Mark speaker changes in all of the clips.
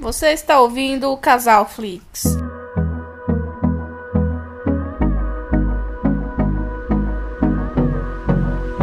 Speaker 1: Você está ouvindo o Casal Flix.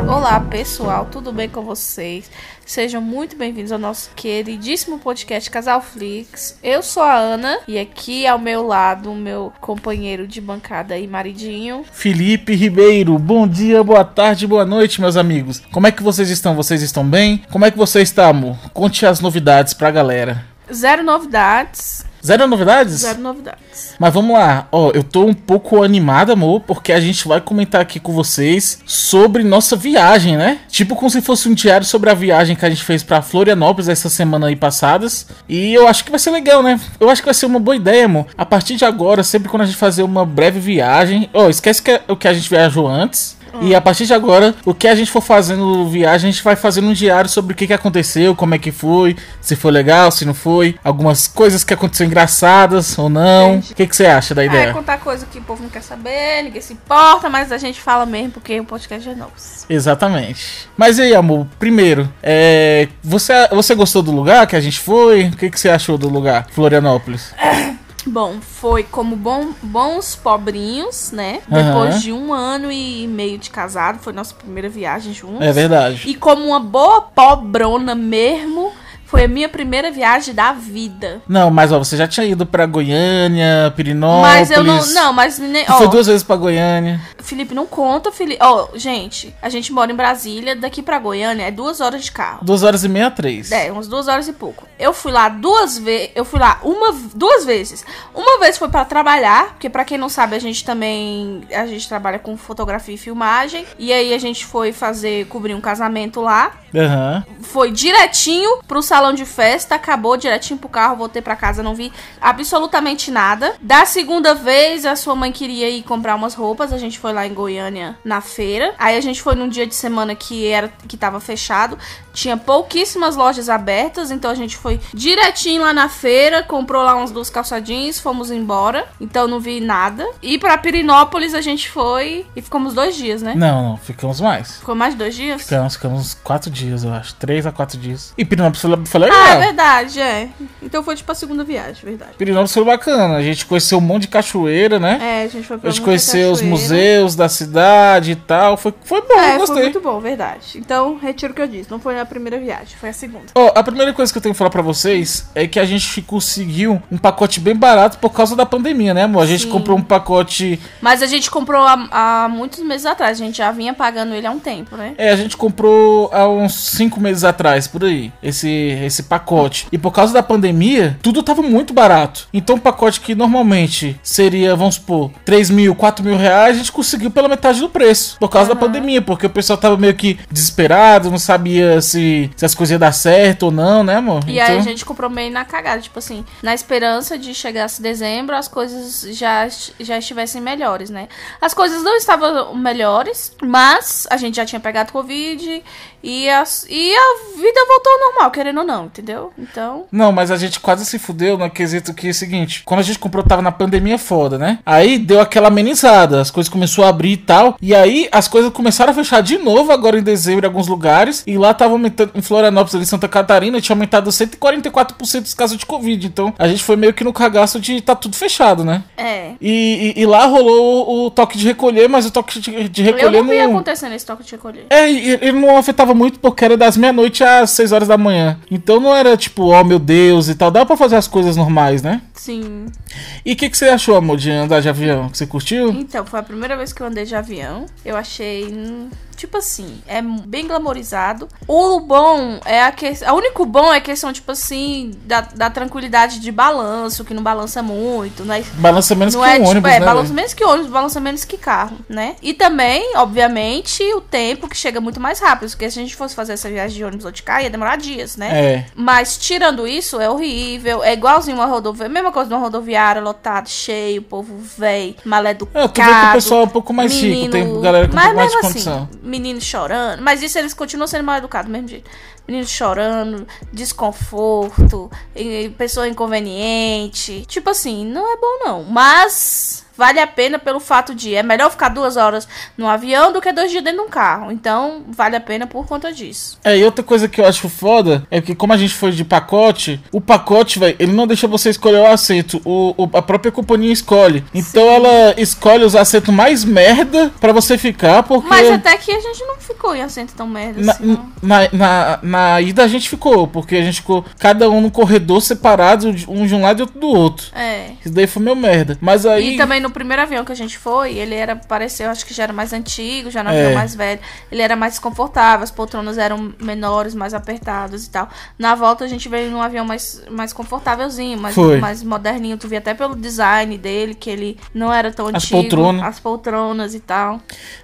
Speaker 1: Olá pessoal, tudo bem com vocês? Sejam muito bem-vindos ao nosso queridíssimo podcast Casal Flix. Eu sou a Ana e aqui ao meu lado o meu companheiro de bancada e maridinho.
Speaker 2: Felipe Ribeiro, bom dia, boa tarde, boa noite, meus amigos. Como é que vocês estão? Vocês estão bem? Como é que você está, amor? Conte as novidades pra galera.
Speaker 1: Zero novidades.
Speaker 2: Zero novidades?
Speaker 1: Zero novidades.
Speaker 2: Mas vamos lá, ó, eu tô um pouco animado, amor, porque a gente vai comentar aqui com vocês sobre nossa viagem, né? Tipo como se fosse um diário sobre a viagem que a gente fez pra Florianópolis essa semana aí passadas. E eu acho que vai ser legal, né? Eu acho que vai ser uma boa ideia, amor. A partir de agora, sempre quando a gente fazer uma breve viagem, ó, esquece que é o que a gente viajou antes. E a partir de agora, o que a gente for fazendo viagem, a gente vai fazendo um diário sobre o que, que aconteceu, como é que foi, se foi legal, se não foi, algumas coisas que aconteceram engraçadas ou não.
Speaker 1: Entendi.
Speaker 2: O que, que você acha da
Speaker 1: É,
Speaker 2: ideia?
Speaker 1: contar coisa que o povo não quer saber, ninguém se importa, mas a gente fala mesmo porque o podcast é nosso.
Speaker 2: Exatamente. Mas e aí, amor, primeiro, é, você, você gostou do lugar que a gente foi? O que, que você achou do lugar, Florianópolis?
Speaker 1: Bom, foi como bom- bons pobrinhos, né?
Speaker 2: Aham.
Speaker 1: Depois de um ano e meio de casado, foi nossa primeira viagem juntos.
Speaker 2: É verdade.
Speaker 1: E como uma boa pobrona mesmo, foi a minha primeira viagem da vida.
Speaker 2: Não, mas ó, você já tinha ido pra Goiânia, Pirinópolis.
Speaker 1: Mas eu não. Não, mas. nem-
Speaker 2: Tu foi
Speaker 1: ó,
Speaker 2: duas vezes pra Goiânia.
Speaker 1: Felipe, não conta, Felipe. Ó, gente, a gente mora em Brasília, daqui pra Goiânia é duas horas de carro.
Speaker 2: Duas horas e meia, três.
Speaker 1: É, umas duas horas e pouco. Eu fui lá duas vezes. Eu fui lá uma, duas vezes. Uma vez foi pra trabalhar, porque pra quem não sabe, a gente também. A gente trabalha com fotografia e filmagem. E aí a gente foi fazer. cobrir um casamento lá.
Speaker 2: Aham.
Speaker 1: Foi direitinho pro salão de festa, acabou direitinho pro carro, voltei pra casa, não vi absolutamente nada. Da segunda vez, a sua mãe queria ir comprar umas roupas, a gente foi lá em Goiânia na feira. Aí a gente foi num dia de semana que era que tava fechado, tinha pouquíssimas lojas abertas, então a gente foi direitinho lá na feira, comprou lá uns duas calçadinhos, fomos embora. Então não vi nada. E pra Pirinópolis a gente foi e ficamos dois dias, né?
Speaker 2: Não, não, ficamos mais.
Speaker 1: Ficou mais de dois dias?
Speaker 2: Ficamos, ficamos uns quatro dias, eu acho. Três a quatro dias. E Pirinópolis foi, foi legal.
Speaker 1: Ah, é verdade, é. Então foi tipo a segunda viagem, verdade.
Speaker 2: Pirinópolis foi bacana. A gente conheceu um monte de cachoeira, né?
Speaker 1: É, a gente foi pra
Speaker 2: a gente
Speaker 1: muita
Speaker 2: conheceu os
Speaker 1: cachoeira.
Speaker 2: museus da cidade e tal. Foi, foi bom, eu
Speaker 1: É, foi
Speaker 2: gostei.
Speaker 1: muito bom, verdade. Então, retiro o que eu disse. Não foi a primeira viagem, foi a segunda.
Speaker 2: Ó, a primeira coisa que eu tenho que falar pra vocês é que a gente conseguiu um pacote bem barato por causa da pandemia, né, amor? A gente
Speaker 1: Sim.
Speaker 2: comprou um pacote.
Speaker 1: Mas a gente comprou há, há muitos meses atrás. A gente já vinha pagando ele há um tempo, né?
Speaker 2: É, a gente comprou há uns cinco meses atrás, por aí, esse, esse pacote. E por causa da pandemia, tudo tava muito barato. Então, um pacote que normalmente seria, vamos supor, 3 mil, 4 mil reais, a gente conseguiu pela metade do preço. Por causa da pandemia, porque o pessoal tava meio que desesperado, não sabia se, se as coisas iam dar certo ou não, né, amor?
Speaker 1: E aí a gente comprou meio na cagada, tipo assim, na esperança de chegasse dezembro as coisas já, est- já estivessem melhores, né? As coisas não estavam melhores, mas a gente já tinha pegado Covid e, as, e a vida voltou ao normal, querendo ou não, entendeu? Então.
Speaker 2: Não, mas a gente quase se fudeu no quesito que é o seguinte: quando a gente comprou, tava na pandemia foda, né? Aí deu aquela amenizada, as coisas começaram a abrir e tal. E aí as coisas começaram a fechar de novo agora em dezembro em alguns lugares. E lá tava aumentando, em Florianópolis, ali em Santa Catarina, tinha aumentado 144% dos casos de Covid. Então a gente foi meio que no cagaço de tá tudo fechado, né?
Speaker 1: É.
Speaker 2: E, e- e lá rolou o toque de recolher, mas o toque de, de recolher
Speaker 1: Eu não vi acontecendo esse toque de recolher.
Speaker 2: é, e- e- ele não afetava muito porque era das meia-noite às seis horas da manhã. Então não era tipo, ó meu Deus e tal. Dava pra fazer as coisas normais, né?
Speaker 1: Sim.
Speaker 2: E o que, que você achou, amor, de andar de avião? Você curtiu?
Speaker 1: Então, foi a primeira vez que eu andei de avião. Eu achei. hum, Tipo assim, é bem glamorizado. O bom é a questão. O único bom é a questão, tipo assim, da, da tranquilidade de balanço, que não balança muito, né?
Speaker 2: Balança menos
Speaker 1: não
Speaker 2: que
Speaker 1: é,
Speaker 2: um
Speaker 1: tipo,
Speaker 2: ônibus,
Speaker 1: é,
Speaker 2: né?
Speaker 1: balança
Speaker 2: velho?
Speaker 1: menos que ônibus, balança menos que carro, né? E também, obviamente, o tempo que chega muito mais rápido. Porque se a gente fosse fazer essa viagem de ônibus ou de carro, ia demorar dias, né?
Speaker 2: É.
Speaker 1: Mas tirando isso, é horrível. É igualzinho uma rodoviária. Mesma coisa de uma rodoviária lotada, cheio, o povo véi,
Speaker 2: É,
Speaker 1: maleducado.
Speaker 2: eu tô vendo que o pessoal é um pouco mais
Speaker 1: menino...
Speaker 2: rico, tem galera com um
Speaker 1: Mas
Speaker 2: pouco mais de
Speaker 1: mesmo
Speaker 2: condição.
Speaker 1: Assim, menino chorando. Mas isso eles continuam sendo mal educados do mesmo jeito. meninos chorando, desconforto, e- e pessoa inconveniente. Tipo assim, não é bom não. Mas vale a pena pelo fato de é melhor ficar duas horas no avião do que dois dias dentro de um carro. Então vale a pena por conta disso.
Speaker 2: É, e outra coisa que eu acho foda é que como a gente foi de pacote, o pacote, velho, ele não deixa você escolher o assento. O, o- a própria companhia escolhe. Então ela escolhe os assentos mais merda pra você ficar, porque.
Speaker 1: Mas é até que a gente não ficou em assento tão merda
Speaker 2: Na,
Speaker 1: assim. não.
Speaker 2: na, na, na ida a gente ficou, porque a gente ficou cada um no corredor separado, de- um de um lado e outro do outro.
Speaker 1: É.
Speaker 2: Isso daí foi meu merda. Mas aí.
Speaker 1: E também no primeiro avião que a gente foi, ele era, pareceu, acho que já era mais antigo, já não
Speaker 2: É.
Speaker 1: avião mais velho. Ele era mais desconfortável, as poltronas eram menores, mais apertadas e tal. Na volta a gente veio num avião mais, mais confortávelzinho, mais,
Speaker 2: Foi.
Speaker 1: mais moderninho. Tu via até pelo design dele, que ele não era tão
Speaker 2: As
Speaker 1: antigo.
Speaker 2: poltronas.
Speaker 1: As poltronas e tal.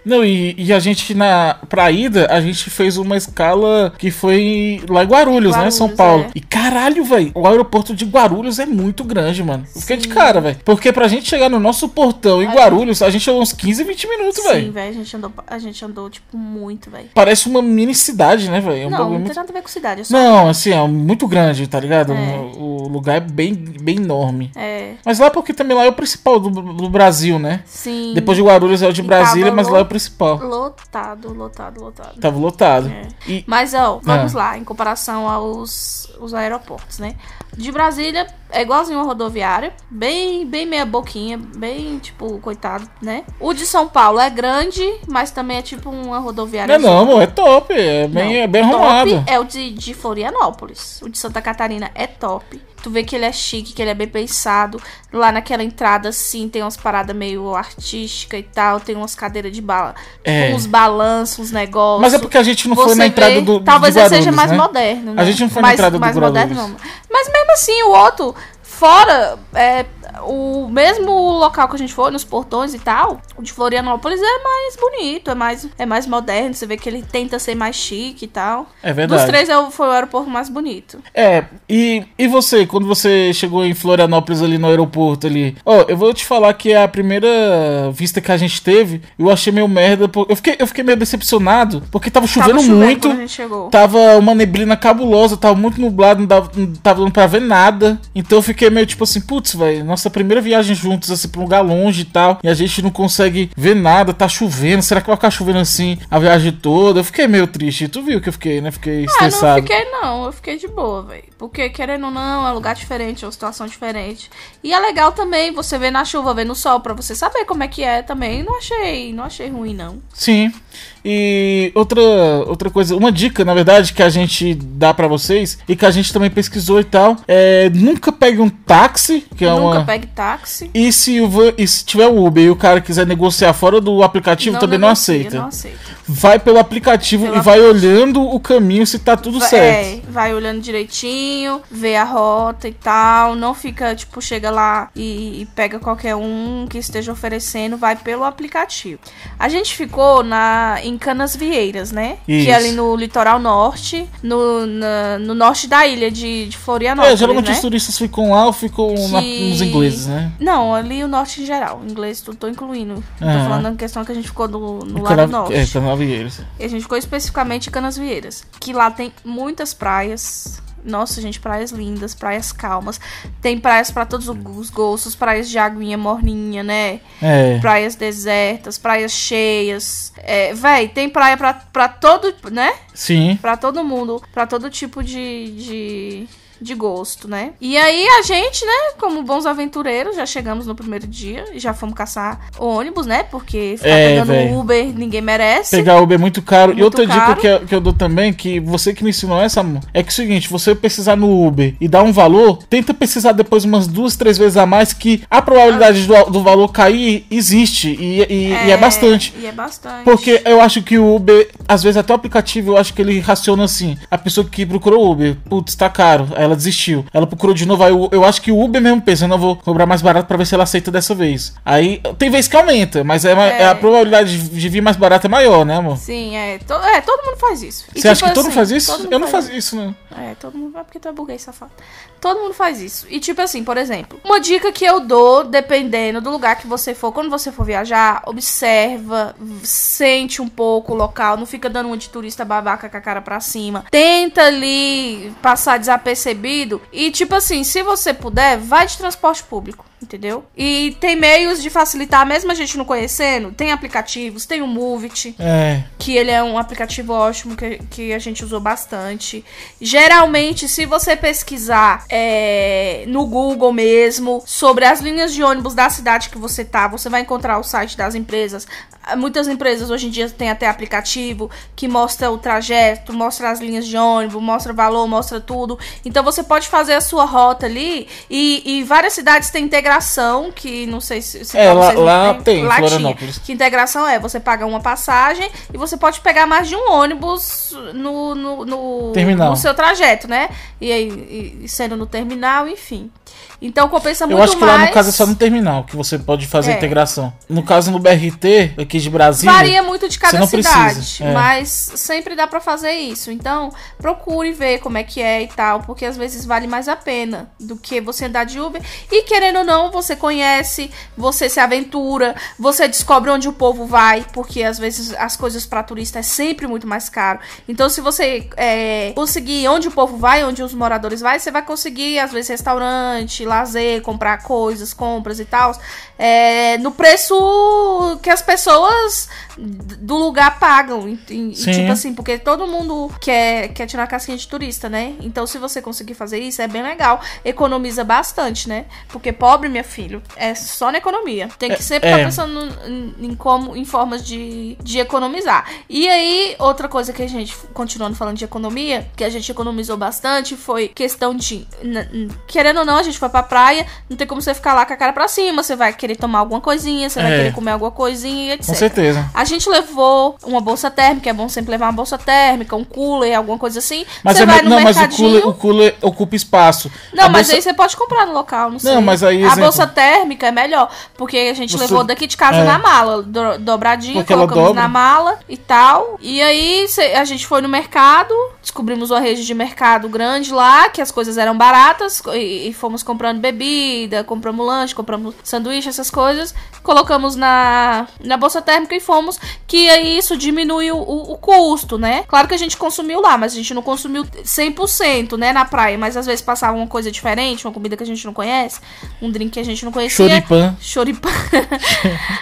Speaker 2: Não, e, e a gente, na, pra ida, a gente fez uma escala que foi lá em Guarulhos, né?
Speaker 1: Guarulhos,
Speaker 2: São Paulo.
Speaker 1: é.
Speaker 2: E caralho, velho, o aeroporto de Guarulhos é muito grande, mano. Eu Fiquei de
Speaker 1: Sim.
Speaker 2: cara, velho. Porque pra gente chegar no nosso portão em
Speaker 1: Ai,
Speaker 2: Guarulhos, a gente chegou uns 15, 20 minutos,
Speaker 1: Sim,
Speaker 2: velho.
Speaker 1: velho, a gente andou, a gente andou tipo, muito, velho.
Speaker 2: Parece uma mini cidade, né, velho? É um
Speaker 1: não,
Speaker 2: bagulho
Speaker 1: não tem
Speaker 2: muito.
Speaker 1: nada a ver com cidade, é só.
Speaker 2: Não, assim, é muito grande, tá ligado?
Speaker 1: É.
Speaker 2: O, o lugar é bem, bem enorme.
Speaker 1: É.
Speaker 2: Mas lá porque também lá é o principal do, do Brasil, né?
Speaker 1: Sim.
Speaker 2: Depois de Guarulhos é o de
Speaker 1: E
Speaker 2: Brasília,
Speaker 1: tava
Speaker 2: mas
Speaker 1: lo-
Speaker 2: lá é o principal.
Speaker 1: Lotado, lotado, lotado.
Speaker 2: Tava lotado.
Speaker 1: É.
Speaker 2: E,
Speaker 1: Mas, ó, vamos
Speaker 2: Ah.
Speaker 1: lá, em comparação aos os aeroportos, né? De Brasília é igualzinho uma rodoviária, bem, bem meia boquinha, bem, tipo, coitado, né? O de São Paulo é grande, mas também é tipo uma
Speaker 2: Não
Speaker 1: rodoviária.
Speaker 2: é não, amor, é top. É bem,
Speaker 1: Não,
Speaker 2: é bem
Speaker 1: top
Speaker 2: arrumado.
Speaker 1: É o de, de Florianópolis. O de Santa Catarina é top. Tu vê que ele é chique, que ele é bem pensado. Lá naquela entrada, assim, tem umas paradas meio artística e tal. Tem umas cadeiras de bala.
Speaker 2: É.
Speaker 1: Com uns balanços, uns negócios.
Speaker 2: Mas é porque a gente não foi
Speaker 1: Você
Speaker 2: na entrada
Speaker 1: vê,
Speaker 2: do, do
Speaker 1: Talvez
Speaker 2: Guarulhos,
Speaker 1: ele seja mais
Speaker 2: né?
Speaker 1: moderno, né?
Speaker 2: A gente não foi na
Speaker 1: mais,
Speaker 2: entrada do
Speaker 1: mais
Speaker 2: Guarulhos.
Speaker 1: moderno, não. Mas mesmo assim, o outro, fora é, o mesmo local que a gente foi, nos portões e tal, o de Florianópolis é mais bonito, é mais, é mais moderno. Você vê que ele tenta ser mais chique e tal.
Speaker 2: É
Speaker 1: Dos
Speaker 2: verdade.
Speaker 1: três, é o- foi o aeroporto mais bonito.
Speaker 2: É, e, e você, quando você chegou em Florianópolis ali no aeroporto ali, ó, eu vou te falar que a primeira vista que a gente teve, eu achei meio merda, por- eu fiquei, eu fiquei meio decepcionado, porque tava chovendo,
Speaker 1: Tava chovendo né?
Speaker 2: muito, Tá
Speaker 1: quando a gente chegou.
Speaker 2: Tava uma neblina cabulosa, tava muito nublado, não dava- não tava dando pra ver nada. Então eu fiquei meio tipo assim, putz, velho, nossa primeira viagem juntos, assim, pra um lugar longe e tal. E a gente não consegue ver nada, tá chovendo. Será que vai ficar chovendo assim a viagem toda? Eu fiquei meio triste. Tu viu que eu fiquei, né? Fiquei
Speaker 1: Ah, não
Speaker 2: estressado.
Speaker 1: fiquei não, eu fiquei de boa, velho. Porque querendo ou não, é um lugar diferente, é uma situação diferente. E é legal também você ver na chuva, ver no sol, pra você saber como é que é também. Não achei, não achei ruim não.
Speaker 2: Sim. E outra, outra coisa, uma dica, na verdade, que a gente dá pra vocês e que a gente também pesquisou e tal, é nunca pegue um táxi, que é
Speaker 1: Nunca
Speaker 2: uma.
Speaker 1: pegue táxi.
Speaker 2: E se, o van- e se tiver o Uber e o cara quiser negociar fora do aplicativo, também não
Speaker 1: negocia,
Speaker 2: aceita.
Speaker 1: Não aceita.
Speaker 2: Vai pelo aplicativo
Speaker 1: Pelo
Speaker 2: e vai olhando o caminho se tá tudo
Speaker 1: Vai-
Speaker 2: certo.
Speaker 1: É, vai olhando direitinho, vê a rota e tal. Não fica, tipo, chega lá e, e pega qualquer um que esteja oferecendo, vai pelo aplicativo. A gente ficou na, em Canas Vieiras, né? Que é
Speaker 2: Isso.
Speaker 1: ali no litoral norte, no, na- no norte da ilha de, de
Speaker 2: É,
Speaker 1: Florianópolis.
Speaker 2: geralmente
Speaker 1: né?
Speaker 2: os turistas ficam lá ou ficam na-
Speaker 1: Que-
Speaker 2: nos ingleses, né?
Speaker 1: Não, ali o norte em geral. Inglês, tudo tô incluindo.
Speaker 2: Aham.
Speaker 1: Tô falando da questão que a gente ficou do, no
Speaker 2: Ah. Cana-
Speaker 1: lado norte.
Speaker 2: É, canavieiros.
Speaker 1: E a gente ficou especificamente em Canasvieiras, que lá tem muitas praias. Nossa, gente, praias lindas, praias calmas. Tem praias pra todos os gostos, praias de aguinha morninha, né?
Speaker 2: É.
Speaker 1: Praias desertas, praias cheias. É, véi, tem praia pra, pra todo, né?
Speaker 2: Sim.
Speaker 1: Pra todo mundo, pra todo tipo de, de, de gosto, né? E aí a gente, né, como bons aventureiros, já chegamos no primeiro dia e já fomos caçar ônibus, né? Porque ficar
Speaker 2: É,
Speaker 1: pegando
Speaker 2: véi.
Speaker 1: Uber ninguém merece.
Speaker 2: Pegar Uber é muito caro. e
Speaker 1: Muito
Speaker 2: outra dica
Speaker 1: caro.
Speaker 2: que eu, que eu dou também, que você que me ensinou essa, amor, é que é o seguinte, você pesquisar no Uber e dar um valor, tenta pesquisar depois umas duas, três vezes a mais, que a probabilidade do, do valor cair existe. E e- e é bastante.
Speaker 1: E é bastante.
Speaker 2: Porque eu acho que o Uber, às vezes até o aplicativo, eu acho que ele raciona assim. A pessoa que procurou o Uber, putz, tá caro. Aí ela desistiu. Ela procurou de novo. Aí eu, eu acho que o Uber mesmo pensa, eu não vou cobrar mais barato pra ver se ela aceita dessa vez. Aí tem vez que aumenta, mas é, ma-
Speaker 1: É.
Speaker 2: é a probabilidade de de vir mais barato é maior, né, amor?
Speaker 1: Sim, é, to- é, todo mundo faz isso. E
Speaker 2: Você acha que
Speaker 1: tipo
Speaker 2: todo mundo
Speaker 1: assim,
Speaker 2: faz isso?
Speaker 1: todo mundo
Speaker 2: eu não
Speaker 1: faz
Speaker 2: fazia isso, não.
Speaker 1: É, todo mundo vai porque tu é burguês, safado. Todo mundo faz isso. E tipo assim, por exemplo, uma dica que eu dou, dependendo do lugar que você for, quando você for viajar, observa, sente um pouco o local, não fica dando uma de turista babaca com a cara pra cima. Tenta ali passar desapercebido e tipo assim, se você puder, vai de transporte público entendeu? E tem meios de facilitar, mesmo a gente não conhecendo, tem aplicativos, tem o Movit,
Speaker 2: É.
Speaker 1: que ele é um aplicativo ótimo que, que a gente usou bastante. Geralmente, se você pesquisar é, no Google mesmo sobre as linhas de ônibus da cidade que você tá, você vai encontrar o site das empresas. Ah, Muitas empresas hoje em dia têm até aplicativo que mostra o trajeto, mostra as linhas de ônibus, mostra o valor, mostra tudo. Então você pode fazer a sua rota ali e, e várias cidades têm integração, que não sei se, se
Speaker 2: É,
Speaker 1: pra
Speaker 2: lá-
Speaker 1: vocês não
Speaker 2: lá
Speaker 1: tem-
Speaker 2: tem,
Speaker 1: lá tinha.
Speaker 2: Florianópolis.
Speaker 1: Que integração é? Você paga uma passagem e você pode pegar mais de um ônibus no, no, no,
Speaker 2: Terminal.
Speaker 1: no seu trajeto, né? E aí, e sendo no terminal, enfim. Então compensa
Speaker 2: Eu
Speaker 1: muito
Speaker 2: acho que
Speaker 1: mais.
Speaker 2: lá no caso é só no terminal que você pode fazer
Speaker 1: É.
Speaker 2: integração. No caso no BRT, aqui de Brasília.
Speaker 1: Varia muito de cada
Speaker 2: não
Speaker 1: cidade,
Speaker 2: precisa, é.
Speaker 1: mas sempre dá pra fazer isso. Então, procure ver como é que é e tal, porque às vezes vale mais a pena do que você andar de Uber. E querendo ou não, você conhece, você se aventura, você descobre onde o povo vai, porque às vezes as coisas pra turista é sempre muito mais caro. Então, se você é, conseguir onde o povo vai, onde os moradores vai, você vai conseguir às vezes restaurante, lazer, comprar coisas, compras e tal, é, no preço que as pessoas d- do lugar pagam. E, e- e
Speaker 2: Sim.
Speaker 1: tipo assim, porque todo mundo quer, quer tirar casquinha de turista, né? Então, se você conseguir fazer isso, é bem legal. Economiza bastante, né? Porque pobre, meu filho, é só na economia. Tem que sempre
Speaker 2: é.
Speaker 1: estar pensando em, em como, em formas de, de economizar. E aí, outra coisa que a gente, continuando falando de economia, que a gente economizou bastante foi questão de. n- n- Querendo ou não, a gente foi pra praia, não tem como você ficar lá com a cara pra cima, você vai querer tomar alguma coisinha, você vai
Speaker 2: É.
Speaker 1: querer comer alguma coisinha, etc.
Speaker 2: Com certeza.
Speaker 1: A gente levou uma bolsa térmica, é bom sempre levar uma bolsa térmica, um cooler, alguma coisa assim.
Speaker 2: Mas
Speaker 1: você
Speaker 2: é
Speaker 1: vai
Speaker 2: muito-
Speaker 1: no
Speaker 2: não, mas o
Speaker 1: mercadinho.
Speaker 2: cooler, o cooler ocupa espaço.
Speaker 1: Não,
Speaker 2: A
Speaker 1: mas
Speaker 2: bolsa-
Speaker 1: aí você pode comprar no local, não sei.
Speaker 2: mas aí,
Speaker 1: A
Speaker 2: exemplo-
Speaker 1: bolsa térmica é melhor, porque a gente
Speaker 2: Você-
Speaker 1: levou daqui de casa
Speaker 2: é.
Speaker 1: na mala, do- dobradinha,
Speaker 2: Porque ela
Speaker 1: colocamos
Speaker 2: dobra.
Speaker 1: na mala e tal. E aí cê- a gente foi no mercado, descobrimos uma rede de mercado grande lá, que as coisas eram baratas, co- e, e fomos comprando bebida, compramos lanche, compramos sanduíche, essas coisas. Colocamos na, na bolsa térmica e fomos, que aí isso diminui o, o- o custo, né? Claro que a gente consumiu lá, mas a gente não consumiu 100%, né, na praia. Mas às vezes passava uma coisa diferente, uma comida que a gente não conhece, um drink que a gente não conhecia.
Speaker 2: Choripan.
Speaker 1: Choripã.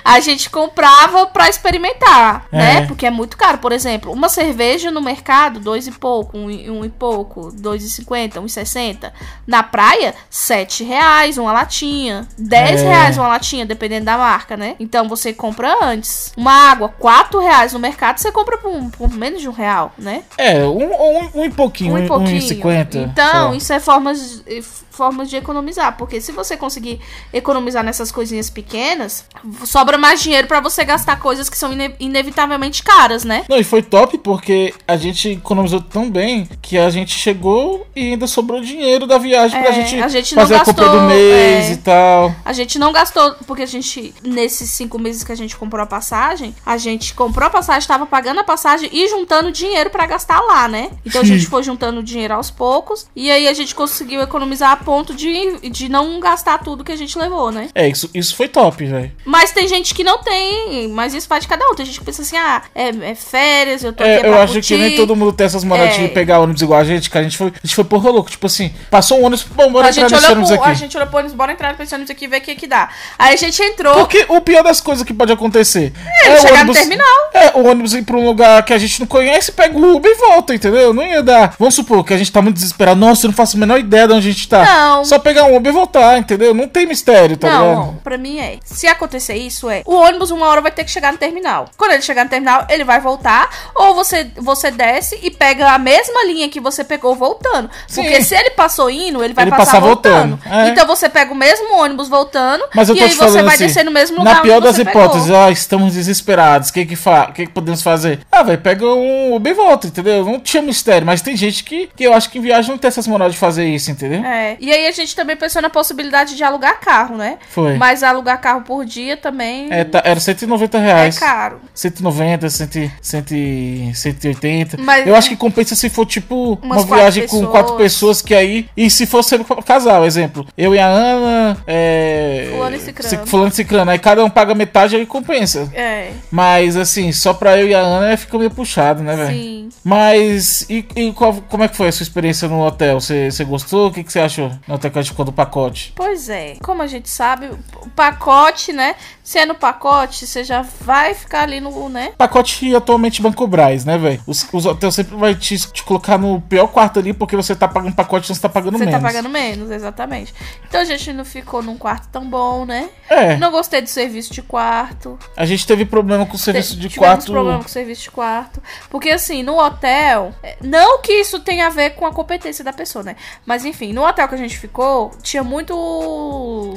Speaker 1: a gente comprava pra experimentar,
Speaker 2: É.
Speaker 1: né? Porque é muito caro. Por exemplo, uma cerveja no mercado, dois e pouco, um, e- um e pouco, dois e cinquenta, um e sessenta. Na praia, sete reais uma latinha. Dez
Speaker 2: É.
Speaker 1: reais uma latinha, dependendo da marca, né? Então você compra antes. Uma água, quatro reais no mercado, você compra por, um- por menos de um real, né?
Speaker 2: É, um, um, um e pouquinho,
Speaker 1: um
Speaker 2: um
Speaker 1: e pouquinho.
Speaker 2: e cinquenta.
Speaker 1: então,
Speaker 2: sei lá.
Speaker 1: isso é formas, eh, formas de economizar. Porque se você conseguir economizar nessas coisinhas pequenas, sobra mais dinheiro pra você gastar coisas que são ine- inevitavelmente caras, né?
Speaker 2: Não, e foi top porque a gente economizou tão bem que a gente chegou e ainda sobrou dinheiro da viagem pra
Speaker 1: É,
Speaker 2: gente,
Speaker 1: a gente não
Speaker 2: fazer a compra do
Speaker 1: gastou,
Speaker 2: mês
Speaker 1: é.
Speaker 2: e tal.
Speaker 1: A gente não gastou, porque a gente, nesses cinco meses que a gente comprou a passagem, a gente comprou a passagem, tava pagando a passagem e juntando dinheiro pra gastar lá, né? Então a gente foi juntando dinheiro aos poucos e aí a gente conseguiu economizar a ponto de, de não gastar tudo que a gente levou, né?
Speaker 2: É, isso, isso foi top, velho.
Speaker 1: Mas tem gente que não tem, mas isso faz de cada um. Tem gente que pensa assim, ah, é, é férias, eu tô aqui é,
Speaker 2: É,
Speaker 1: pra
Speaker 2: eu acho
Speaker 1: curtir.
Speaker 2: que nem todo mundo tem essas moradas
Speaker 1: É.
Speaker 2: de pegar ônibus igual a gente, cara. A gente foi, a gente foi porra louco. Tipo assim, passou um ônibus, bom, bora
Speaker 1: Então, a
Speaker 2: entrar
Speaker 1: gente,
Speaker 2: nesse
Speaker 1: olhou
Speaker 2: ônibus
Speaker 1: pro,
Speaker 2: aqui.
Speaker 1: a gente olhou pro ônibus, bora entrar nesse ônibus aqui e ver o que que dá. Aí a gente entrou,
Speaker 2: Porque o pior das coisas que pode acontecer
Speaker 1: chegar
Speaker 2: é, o
Speaker 1: no
Speaker 2: ônibus.
Speaker 1: terminal.
Speaker 2: É, o ônibus ir pra um lugar que a gente não conhece, pega o Uber e volta, entendeu? Não ia dar. Vamos supor que a gente tá muito desesperado. Nossa, eu não faço a menor ideia de onde a gente tá.
Speaker 1: Não.
Speaker 2: Só pegar um Uber e voltar, entendeu? Não tem mistério, tá
Speaker 1: não,
Speaker 2: ligado?
Speaker 1: pra mim é. Se acontecer isso, é. O ônibus uma hora vai ter que chegar no terminal. Quando ele chegar no terminal, ele vai voltar. Ou você, você desce e pega a mesma linha que você pegou voltando.
Speaker 2: Sim.
Speaker 1: Porque se ele passou indo, ele vai
Speaker 2: Ele
Speaker 1: passar
Speaker 2: passa
Speaker 1: voltando.
Speaker 2: voltando, é.
Speaker 1: Então você pega o mesmo ônibus voltando.
Speaker 2: Mas eu
Speaker 1: e
Speaker 2: tô
Speaker 1: aí
Speaker 2: te falando
Speaker 1: você vai
Speaker 2: assim,
Speaker 1: descer no mesmo lugar.
Speaker 2: Na pior
Speaker 1: onde
Speaker 2: das
Speaker 1: você pegou.
Speaker 2: hipóteses, ó, estamos desesperados. O que que, fa... que que podemos fazer? Ah, velho, pega um Uber e volta, entendeu? Não tinha mistério, mas tem gente que, que eu acho que em viagem não tem essas moral de fazer isso, entendeu?
Speaker 1: É. E E aí a gente também pensou na possibilidade de alugar carro, né?
Speaker 2: Foi.
Speaker 1: Mas alugar carro por dia também
Speaker 2: É, tá- era 190 reais.
Speaker 1: é caro.
Speaker 2: 190, 100, 100, 180.
Speaker 1: Mas-
Speaker 2: eu acho que compensa se for tipo uma
Speaker 1: Umas quatro
Speaker 2: viagem com
Speaker 1: pessoas.
Speaker 2: quatro pessoas que aí. E se for sempre com- casal, exemplo. Eu e a Ana. É,
Speaker 1: Fulano e ciclano.
Speaker 2: ci- Fulano e ciclano. Aí cada um paga metade aí compensa.
Speaker 1: É,
Speaker 2: Mas assim, só pra eu e a Ana fica meio puxado, né, velho?
Speaker 1: sim.
Speaker 2: Mas e, e qual- como é que foi a sua experiência no hotel? Você você gostou? O que, que você achou no hotel que a gente ficou do pacote?
Speaker 1: Pois é, como a gente sabe, o pacote, né? Se é no pacote, você já vai ficar ali no, né?
Speaker 2: Pacote atualmente Banco Brás, né, velho? Os, os hotéis sempre vai te, te colocar no pior quarto ali porque você tá pagando pacote e você tá pagando
Speaker 1: Você
Speaker 2: menos.
Speaker 1: tá pagando menos, exatamente. Então a gente não ficou num quarto tão bom, né?
Speaker 2: É,
Speaker 1: Não gostei do serviço de quarto.
Speaker 2: a gente teve problema com o serviço de
Speaker 1: Tivemos
Speaker 2: quarto.
Speaker 1: problema com o serviço de quarto. Porque, assim, no hotel. é, Não que isso tenha a ver com a competência da pessoa, né? Mas, enfim, no hotel que a gente ficou, tinha muito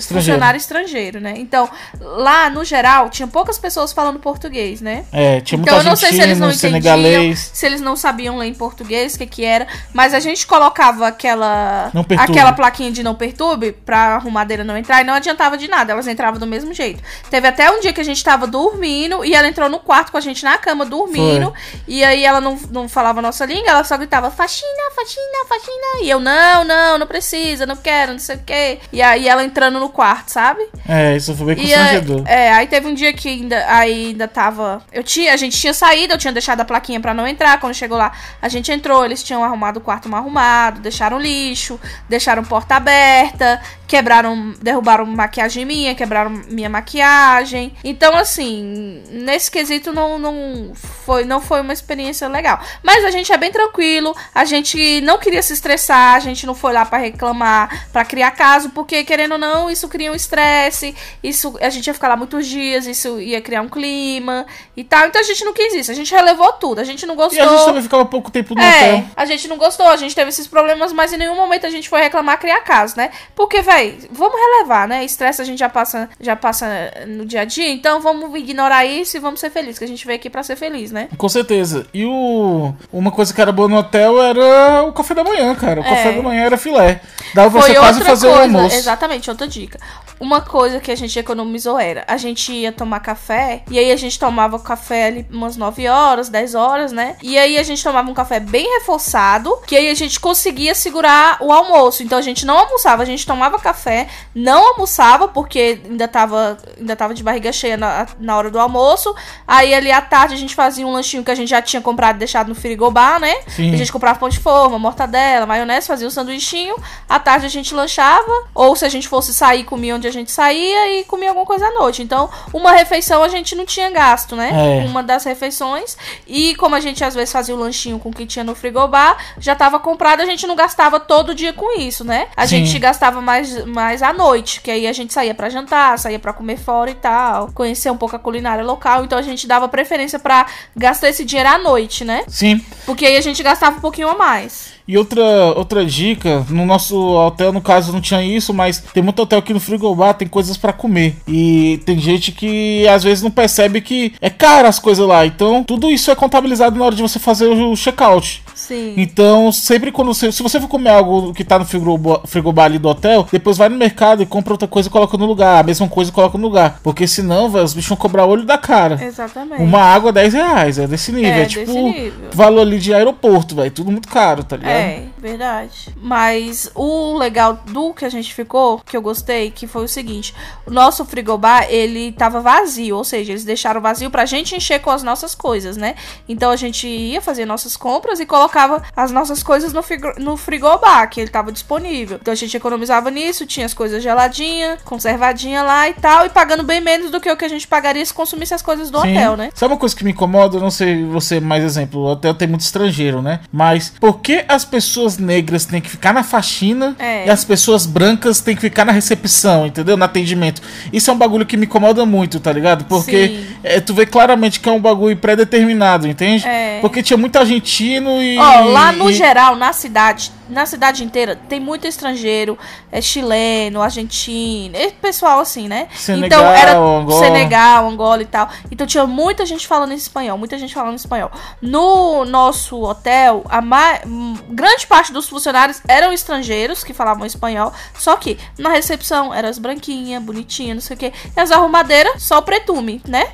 Speaker 1: funcionário estrangeiro, né? Então, lá, no geral, tinha poucas pessoas falando português, né?
Speaker 2: É, tinha muita
Speaker 1: Então eu não sei se eles não
Speaker 2: argentina,
Speaker 1: entendiam,
Speaker 2: senegalês.
Speaker 1: se eles não sabiam ler em português, o que que era, mas a gente colocava aquela
Speaker 2: Não perturbe.
Speaker 1: aquela plaquinha de não perturbe pra arrumadeira não entrar e não adiantava de nada, elas entravam do mesmo jeito. Teve até um dia que a gente tava dormindo e ela entrou no quarto com a gente na cama dormindo e aí ela não, não falava a nossa língua, ela só gritava faxina, faxina, faxina e eu não, não, não precisa, não quero, não sei o quê. E aí ela entrando no quarto, sabe?
Speaker 2: É, isso foi bem
Speaker 1: E aí,
Speaker 2: constrangedor.
Speaker 1: é, aí teve um dia que ainda, aí ainda tava. Eu tinha, a gente tinha saído, eu tinha deixado a plaquinha pra não entrar. Quando chegou lá, a gente entrou, eles tinham arrumado o quarto mal arrumado, deixaram lixo, deixaram porta aberta, quebraram, derrubaram maquiagem minha, quebraram minha maquiagem. Então, assim, nesse quesito não, não, foi, não foi uma experiência legal. Mas a gente é bem tranquilo, a gente não queria se estressar, a gente não foi lá pra reclamar, pra criar caso, porque querendo ou não, isso cria um estresse, isso a gente ia ficar lá muitos dias, isso ia criar um clima e tal. Então a gente não quis isso, a gente relevou tudo, a gente não
Speaker 2: E a gente
Speaker 1: gostou.
Speaker 2: também ficava pouco tempo no
Speaker 1: É,
Speaker 2: tipo hotel.
Speaker 1: a gente não gostou, a gente teve esses problemas, mas em nenhum momento a gente foi reclamar criar caso, né? Porque, véi, vamos relevar, né? Estresse a gente já passa, já passa no dia a dia, então vamos ignorar isso e vamos ser felizes, que a gente veio aqui pra ser feliz, né?
Speaker 2: Com certeza. E o. Uma coisa que era boa no hotel era o café da manhã, cara. O
Speaker 1: É.
Speaker 2: café da manhã era filé. Dava pra
Speaker 1: Foi
Speaker 2: você quase
Speaker 1: outra
Speaker 2: fazer o
Speaker 1: coisa,
Speaker 2: almoço.
Speaker 1: exatamente, outra dica. Uma coisa que a gente economizou era, a gente ia tomar café, e aí a gente tomava café ali umas 9 horas, 10 horas, né? E aí a gente tomava um café bem reforçado, que aí a gente conseguia segurar o almoço. Então a gente não almoçava, a gente tomava café, não almoçava, porque ainda tava, ainda tava de barriga cheia na, na hora do almoço. Aí ali à tarde a gente fazia um lanchinho que a gente já tinha comprado e deixado no frigobar, né?
Speaker 2: Sim.
Speaker 1: A gente comprava pão de forma, mortadela, maionese, fazia um sanduichinho. À tarde a gente lanchava, ou se a gente fosse sair, comia onde a gente saía e comia alguma coisa à noite. Então, uma refeição a gente não tinha gasto, né?
Speaker 2: É.
Speaker 1: Uma das refeições. E como a gente às vezes fazia o lanchinho com o que tinha no frigobar, já tava comprado, a gente não gastava todo dia com isso, né? A
Speaker 2: Sim.
Speaker 1: gente gastava mais, mais à noite, que aí a gente saía pra jantar, saía pra comer fora e tal, conhecer um pouco a culinária local. Então a gente dava preferência pra gastar esse dinheiro à noite, né?
Speaker 2: Sim.
Speaker 1: Porque aí a gente gastava um pouquinho a mais.
Speaker 2: E outra, outra dica, no nosso hotel, no caso, não tinha isso, mas tem muito hotel que no frigobar tem coisas pra comer. E tem gente que às vezes não percebe que é caro as coisas lá. Então, tudo isso é contabilizado na hora de você fazer o check-out.
Speaker 1: Sim.
Speaker 2: Então, sempre quando você. Se você for comer algo que tá no frigobar, frigobar ali do hotel, depois vai no mercado e compra outra coisa e coloca no lugar. A mesma coisa e coloca no lugar. Porque senão, velho, os bichos vão cobrar olho da cara.
Speaker 1: Exatamente.
Speaker 2: Então, Uma água, 10 reais. É desse nível. É,
Speaker 1: É,
Speaker 2: tipo.
Speaker 1: desse nível.
Speaker 2: Valor ali de aeroporto, velho. Tudo muito caro, tá ligado?
Speaker 1: É, verdade. Mas o legal do que a gente ficou, que eu gostei, que foi o seguinte: o nosso frigobar, ele tava vazio, ou seja, eles deixaram vazio pra gente encher com as nossas coisas, né? Então a gente ia fazer nossas compras e colocava as nossas coisas no, frigo- no frigobar, que ele tava disponível. Então a gente economizava nisso, tinha as coisas geladinhas, conservadinha lá e tal, e pagando bem menos do que o que a gente pagaria se consumisse as coisas do
Speaker 2: Sim.
Speaker 1: hotel, né?
Speaker 2: Sabe uma coisa que me incomoda? Eu não sei você, mais exemplo, o hotel tem muito estrangeiro, né? Mas por que as pessoas negras têm que ficar na faxina
Speaker 1: É.
Speaker 2: e as pessoas brancas têm que ficar na recepção, entendeu? No atendimento. Isso é um bagulho que me incomoda muito, tá ligado? Porque
Speaker 1: Sim.
Speaker 2: é, tu vê claramente que é um bagulho pré-determinado, entende?
Speaker 1: É.
Speaker 2: Porque tinha muito argentino e.
Speaker 1: Ó, lá no
Speaker 2: e-
Speaker 1: geral, na cidade, na cidade inteira tem muito estrangeiro, é chileno, argentino, é pessoal assim, né?
Speaker 2: Senegal,
Speaker 1: então era
Speaker 2: Angola.
Speaker 1: Senegal, Angola e tal. Então tinha muita gente falando em espanhol, muita gente falando em espanhol. No nosso hotel, a ma- hum, grande parte dos funcionários eram estrangeiros que falavam espanhol, só que na recepção eram as branquinhas, bonitinhas, não sei o quê. E as arrumadeiras, só o pretume, né?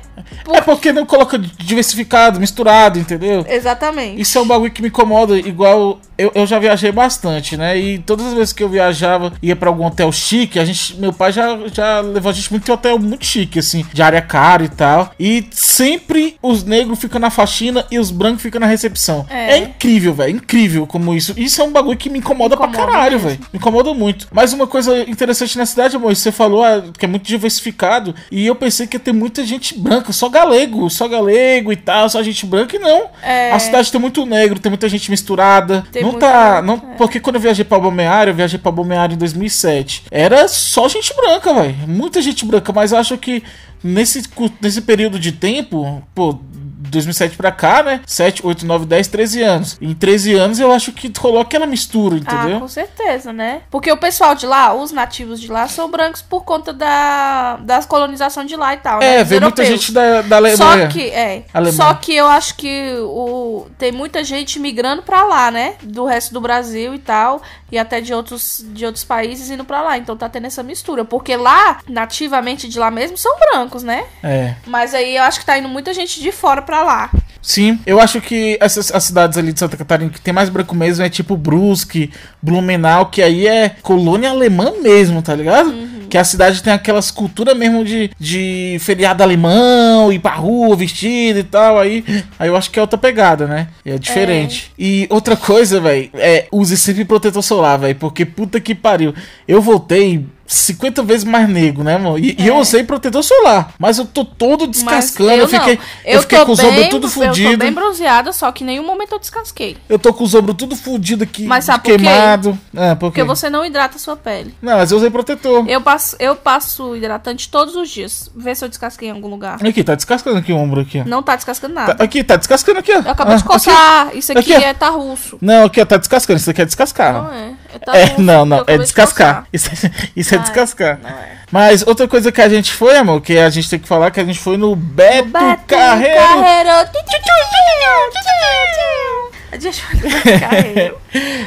Speaker 2: É porque não coloca diversificado, misturado, entendeu?
Speaker 1: Exatamente.
Speaker 2: Isso é um bagulho que me incomoda, igual eu, eu já viajei bastante, né? E todas as vezes que eu viajava, ia pra algum hotel chique, a gente, meu pai já, já levou a gente muito em hotel muito chique, assim, de área cara e tal. E sempre os negros ficam na faxina e os brancos ficam na recepção.
Speaker 1: É.
Speaker 2: É, incrível, velho, incrível como isso. Isso é um bagulho que me incomoda,
Speaker 1: Incomoda
Speaker 2: pra caralho,
Speaker 1: mesmo.
Speaker 2: velho. Me incomoda muito. Mas uma coisa interessante na cidade, amor, você falou ah, que é muito diversificado, e eu pensei que ia ter muita gente branca, só galego, só galego e tal, só gente branca, e não.
Speaker 1: É.
Speaker 2: A cidade tem muito negro, tem muita gente misturada.
Speaker 1: Tem
Speaker 2: não
Speaker 1: muita- é.
Speaker 2: tá. Não, Porque quando eu viajei pra Balneário, eu viajei pra Balneário em 2007. Era só gente branca, velho. Muita gente branca, mas eu acho que nesse, cu- nesse período de tempo, pô. 2007 pra cá, né? 7, 8, 9, 10, 13 anos. Em 13 anos eu acho que rolou aquela mistura,
Speaker 1: Ah,
Speaker 2: entendeu?
Speaker 1: com certeza, né? Porque o pessoal de lá, os nativos de lá, são brancos por conta da das colonização de lá e tal. né?
Speaker 2: é,
Speaker 1: Dos
Speaker 2: veio muita
Speaker 1: europeus.
Speaker 2: gente da, da Alemanha.
Speaker 1: Só que, é.
Speaker 2: Alemanha.
Speaker 1: Só que eu acho que o, tem muita gente migrando pra lá, né? Do resto do Brasil e tal. E até de outros, de outros países indo pra lá. Então tá tendo essa mistura. Porque lá, nativamente de lá mesmo, são brancos, né?
Speaker 2: É.
Speaker 1: Mas aí eu acho que tá indo muita gente de fora pra lá.
Speaker 2: Sim, eu acho que essas as cidades ali de Santa Catarina que tem mais branco mesmo é tipo Brusque, Blumenau, que aí é colônia alemã mesmo, tá ligado? Que a cidade tem aquelas culturas mesmo de, de feriado alemão, ir pra rua, vestido e tal. Aí, aí eu acho que é outra pegada, né? É diferente. E outra coisa, velho, é use sempre protetor solar, velho, porque puta que pariu. Eu voltei. 50 vezes mais negro, né, amor? E, e eu usei protetor solar. Mas eu tô todo descascando.
Speaker 1: Mas
Speaker 2: eu, fiquei,
Speaker 1: não.
Speaker 2: eu fiquei
Speaker 1: tô
Speaker 2: com os ombros
Speaker 1: bem-
Speaker 2: tudo
Speaker 1: Eu tô
Speaker 2: fudido.
Speaker 1: bem bronzeada, só que em nenhum momento eu descasquei.
Speaker 2: Eu tô com os ombros tudo fudido aqui,
Speaker 1: Mas sabe por quê?
Speaker 2: queimado. É, por
Speaker 1: Porque
Speaker 2: quê?
Speaker 1: você não hidrata a sua pele.
Speaker 2: Não, mas eu usei protetor.
Speaker 1: Eu passo, eu passo hidratante todos os dias. Vê se eu descasquei em algum lugar.
Speaker 2: Aqui, tá descascando aqui o ombro aqui, ó.
Speaker 1: Não tá descascando nada.
Speaker 2: Tá- aqui, tá descascando aqui, ó.
Speaker 1: Eu acabei
Speaker 2: Ah,
Speaker 1: de
Speaker 2: aqui.
Speaker 1: coçar. Isso aqui,
Speaker 2: Aqui, ó.
Speaker 1: é tá russo.
Speaker 2: Não, aqui, ó, tá descascando. Isso aqui é descascar.
Speaker 1: Não
Speaker 2: ó.
Speaker 1: é. É, tá
Speaker 2: É,
Speaker 1: russo,
Speaker 2: não,
Speaker 1: eu
Speaker 2: não,
Speaker 1: acabei
Speaker 2: é
Speaker 1: de
Speaker 2: descascar.
Speaker 1: coçar.
Speaker 2: Isso, é- isso é
Speaker 1: Ah, é.
Speaker 2: descascar.
Speaker 1: Não é.
Speaker 2: Mas outra coisa que a gente foi, amor, que a gente tem que falar que a gente foi no Beto,
Speaker 1: Beto
Speaker 2: Carreiro.
Speaker 1: Carreiro. Tiu, tiu, tiu, tiu, tiu, tiu. A gente vai no Beto Carreiro.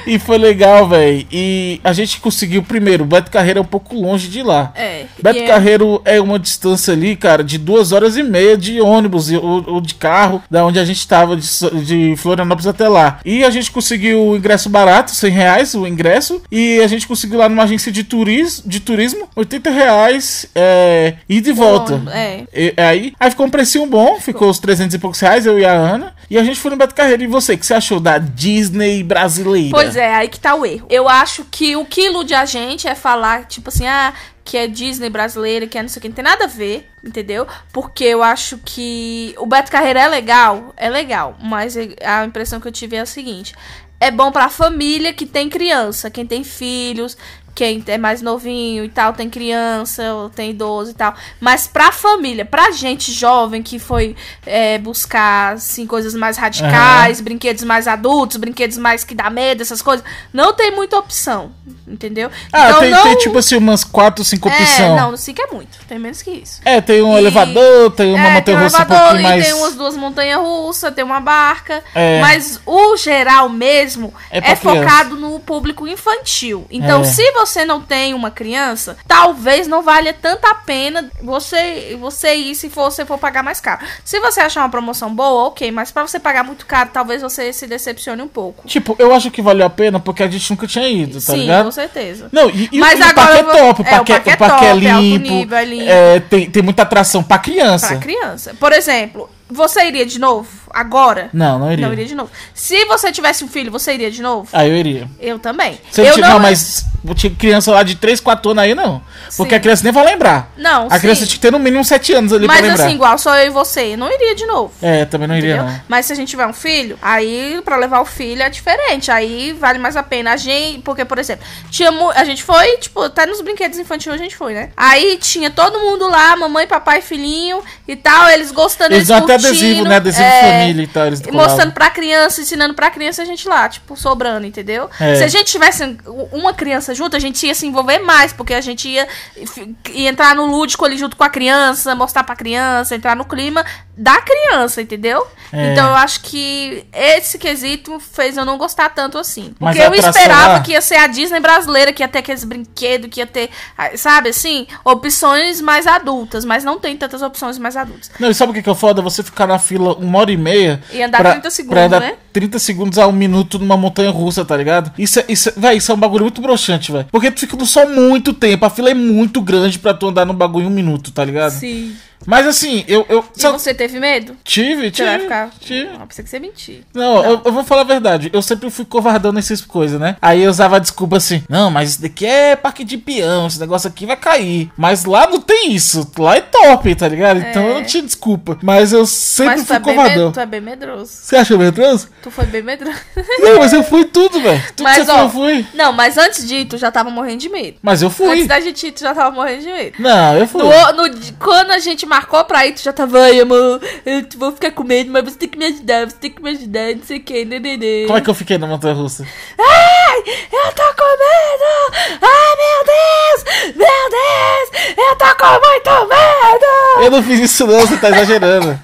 Speaker 2: e foi legal, velho. E a gente conseguiu primeiro. O Beto Carreiro é um pouco longe de lá.
Speaker 1: É.
Speaker 2: Beto
Speaker 1: e é-
Speaker 2: Carreiro é uma distância ali, cara, de duas horas e meia de ônibus e- ou, ou de carro, da onde a gente tava de, S- de Florianópolis até lá. E a gente conseguiu o ingresso barato, 100 reais o ingresso, e a gente conseguiu lá numa agência de, turis, de turismo, 80 reais é, ida e volta.
Speaker 1: É.
Speaker 2: E- aí, aí ficou um precinho bom, ficou os 300 e poucos reais, eu e a Ana. E a gente foi no Beto Carreiro. E você, o que você achou da Disney brasileira?
Speaker 1: Pois é, aí que tá o erro. Eu acho que o que ilude a gente é falar, tipo assim, ah, que é Disney brasileira, que é não sei o que, não tem nada a ver, entendeu? Porque eu acho que o Beto Carreira é legal, é legal, mas a impressão que eu tive é a seguinte: é bom pra família que tem criança, quem tem filhos, quem é mais novinho e tal, tem criança, ou tem idoso e tal. Mas pra família, pra gente jovem que foi é, buscar, assim, coisas mais radicais, brinquedos mais adultos, brinquedos mais que dá medo, essas coisas, não tem muita opção, entendeu? Então,
Speaker 2: Ah, tem, tem tipo assim umas 4, 5
Speaker 1: É,
Speaker 2: opções.
Speaker 1: não, não sei que é muito, tem menos que isso.
Speaker 2: É, tem um
Speaker 1: E-
Speaker 2: elevador, tem uma
Speaker 1: É,
Speaker 2: montanha russa um
Speaker 1: elevador
Speaker 2: pouquinho
Speaker 1: e
Speaker 2: mais.
Speaker 1: tem umas duas montanhas russas, tem uma barca.
Speaker 2: É.
Speaker 1: Mas o geral mesmo
Speaker 2: É
Speaker 1: é,
Speaker 2: pra criança.
Speaker 1: focado no público infantil. Então,
Speaker 2: É.
Speaker 1: se você não tem uma criança, talvez não valha tanta pena você, você ir se for- você for pagar mais caro. Se você achar uma promoção boa, ok, mas pra você pagar muito caro, talvez você se decepcione um pouco.
Speaker 2: Tipo, eu acho que valeu a pena porque a gente nunca tinha ido, tá
Speaker 1: Sim,
Speaker 2: ligado?
Speaker 1: com certeza.
Speaker 2: Não, e, e
Speaker 1: Mas
Speaker 2: o, e o
Speaker 1: agora
Speaker 2: parque é
Speaker 1: eu vou-
Speaker 2: top, o
Speaker 1: é, o parque
Speaker 2: parque,
Speaker 1: é
Speaker 2: o parque é
Speaker 1: top, é alto
Speaker 2: limpo,
Speaker 1: nível, é limpo.
Speaker 2: é, tem, tem muita atração pra criança.
Speaker 1: Pra criança. Por exemplo, você iria de novo? Agora?
Speaker 2: Não, não iria.
Speaker 1: Não iria de novo. Se você tivesse um filho, você iria de novo?
Speaker 2: Ah, eu iria.
Speaker 1: Eu também.
Speaker 2: Se eu
Speaker 1: eu é.
Speaker 2: ti- não, mas tinha criança lá de 3, 4 anos aí, não. Porque
Speaker 1: Sim.
Speaker 2: a criança nem vai lembrar.
Speaker 1: Não,
Speaker 2: a
Speaker 1: sim.
Speaker 2: criança tinha que ter no mínimo 7 anos ali
Speaker 1: Mas
Speaker 2: pra lembrar.
Speaker 1: assim, igual só eu e você, eu não iria de novo.
Speaker 2: é, também não iria,
Speaker 1: entendeu?
Speaker 2: não.
Speaker 1: Mas se a gente tiver um filho, aí pra levar o filho é diferente. Aí vale mais a pena. A gente, porque, por exemplo, tinha mu- a gente foi, tipo, até nos brinquedos infantis a gente foi, né? Aí tinha todo mundo lá, mamãe, papai, filhinho e tal, eles gostando,
Speaker 2: Eles
Speaker 1: eles,
Speaker 2: dão até
Speaker 1: curtindo.
Speaker 2: adesivo, né? Adesivo
Speaker 1: é,
Speaker 2: militares do
Speaker 1: mostrando
Speaker 2: Colado.
Speaker 1: pra criança, ensinando pra criança, a gente lá, tipo, sobrando, entendeu?
Speaker 2: É.
Speaker 1: Se a gente tivesse u- uma criança junto, a gente ia se envolver mais, porque a gente ia, fi- ia entrar no lúdico ali junto com a criança, mostrar pra criança, entrar no clima da criança, entendeu?
Speaker 2: É.
Speaker 1: Então eu acho que esse quesito fez eu não gostar tanto assim.
Speaker 2: Mas
Speaker 1: Porque eu
Speaker 2: a atração ah.
Speaker 1: esperava
Speaker 2: lá-
Speaker 1: que ia ser a Disney brasileira, que ia ter aqueles brinquedos, que ia ter, ah, sabe assim, opções mais adultas, mas não tem tantas opções mais adultas.
Speaker 2: Não, e sabe o que que é foda? Você ficar na fila uma hora e meia.
Speaker 1: E andar 30 segundos,
Speaker 2: pra andar
Speaker 1: né?
Speaker 2: 30 segundos a um minuto numa montanha russa, tá ligado? Isso é, isso, é- véi, isso é um bagulho muito broxante, velho. Porque tu fica no sol muito tempo. A fila é muito grande pra tu andar num bagulho em um minuto, tá ligado?
Speaker 1: Sim.
Speaker 2: Mas assim, eu. eu
Speaker 1: E
Speaker 2: só
Speaker 1: você teve medo?
Speaker 2: tive, tive.
Speaker 1: Você vai ficar.
Speaker 2: tive.
Speaker 1: Não, pensei que você mentir.
Speaker 2: Não, Eu, eu vou falar a verdade. Eu sempre fui covardando essas coisas, né? Aí eu usava a desculpa assim: não, mas isso daqui é parque de peão, esse negócio aqui vai cair. Mas lá não tem isso. Lá é top, tá ligado? Então eu não tinha desculpa. Mas eu sempre
Speaker 1: Mas tu
Speaker 2: fui
Speaker 1: é, bem
Speaker 2: covardão.
Speaker 1: med- tu é bem medroso.
Speaker 2: Você acha meio trans?
Speaker 1: Tu foi bem medroso.
Speaker 2: não, mas eu fui tudo, velho. Tudo que
Speaker 1: Mas,
Speaker 2: você
Speaker 1: ó,
Speaker 2: falou, eu fui.
Speaker 1: Não, mas antes de ir, tu já tava morrendo de medo.
Speaker 2: Mas eu fui.
Speaker 1: Antes da gente ir, tu já tava morrendo de medo.
Speaker 2: Não, eu fui.
Speaker 1: No, no di- quando a gente marcou pra ir, tu já tava, ai, amor, eu te- vou ficar com medo, mas você tem que me ajudar, você tem que me ajudar, não sei o que, nenenê.
Speaker 2: Como é que eu fiquei na montanha russa?
Speaker 1: Ai, eu tô com medo! Ai, meu Deus! Meu Deus! Eu tô com muito medo!
Speaker 2: Eu não fiz isso, não, você tá exagerando.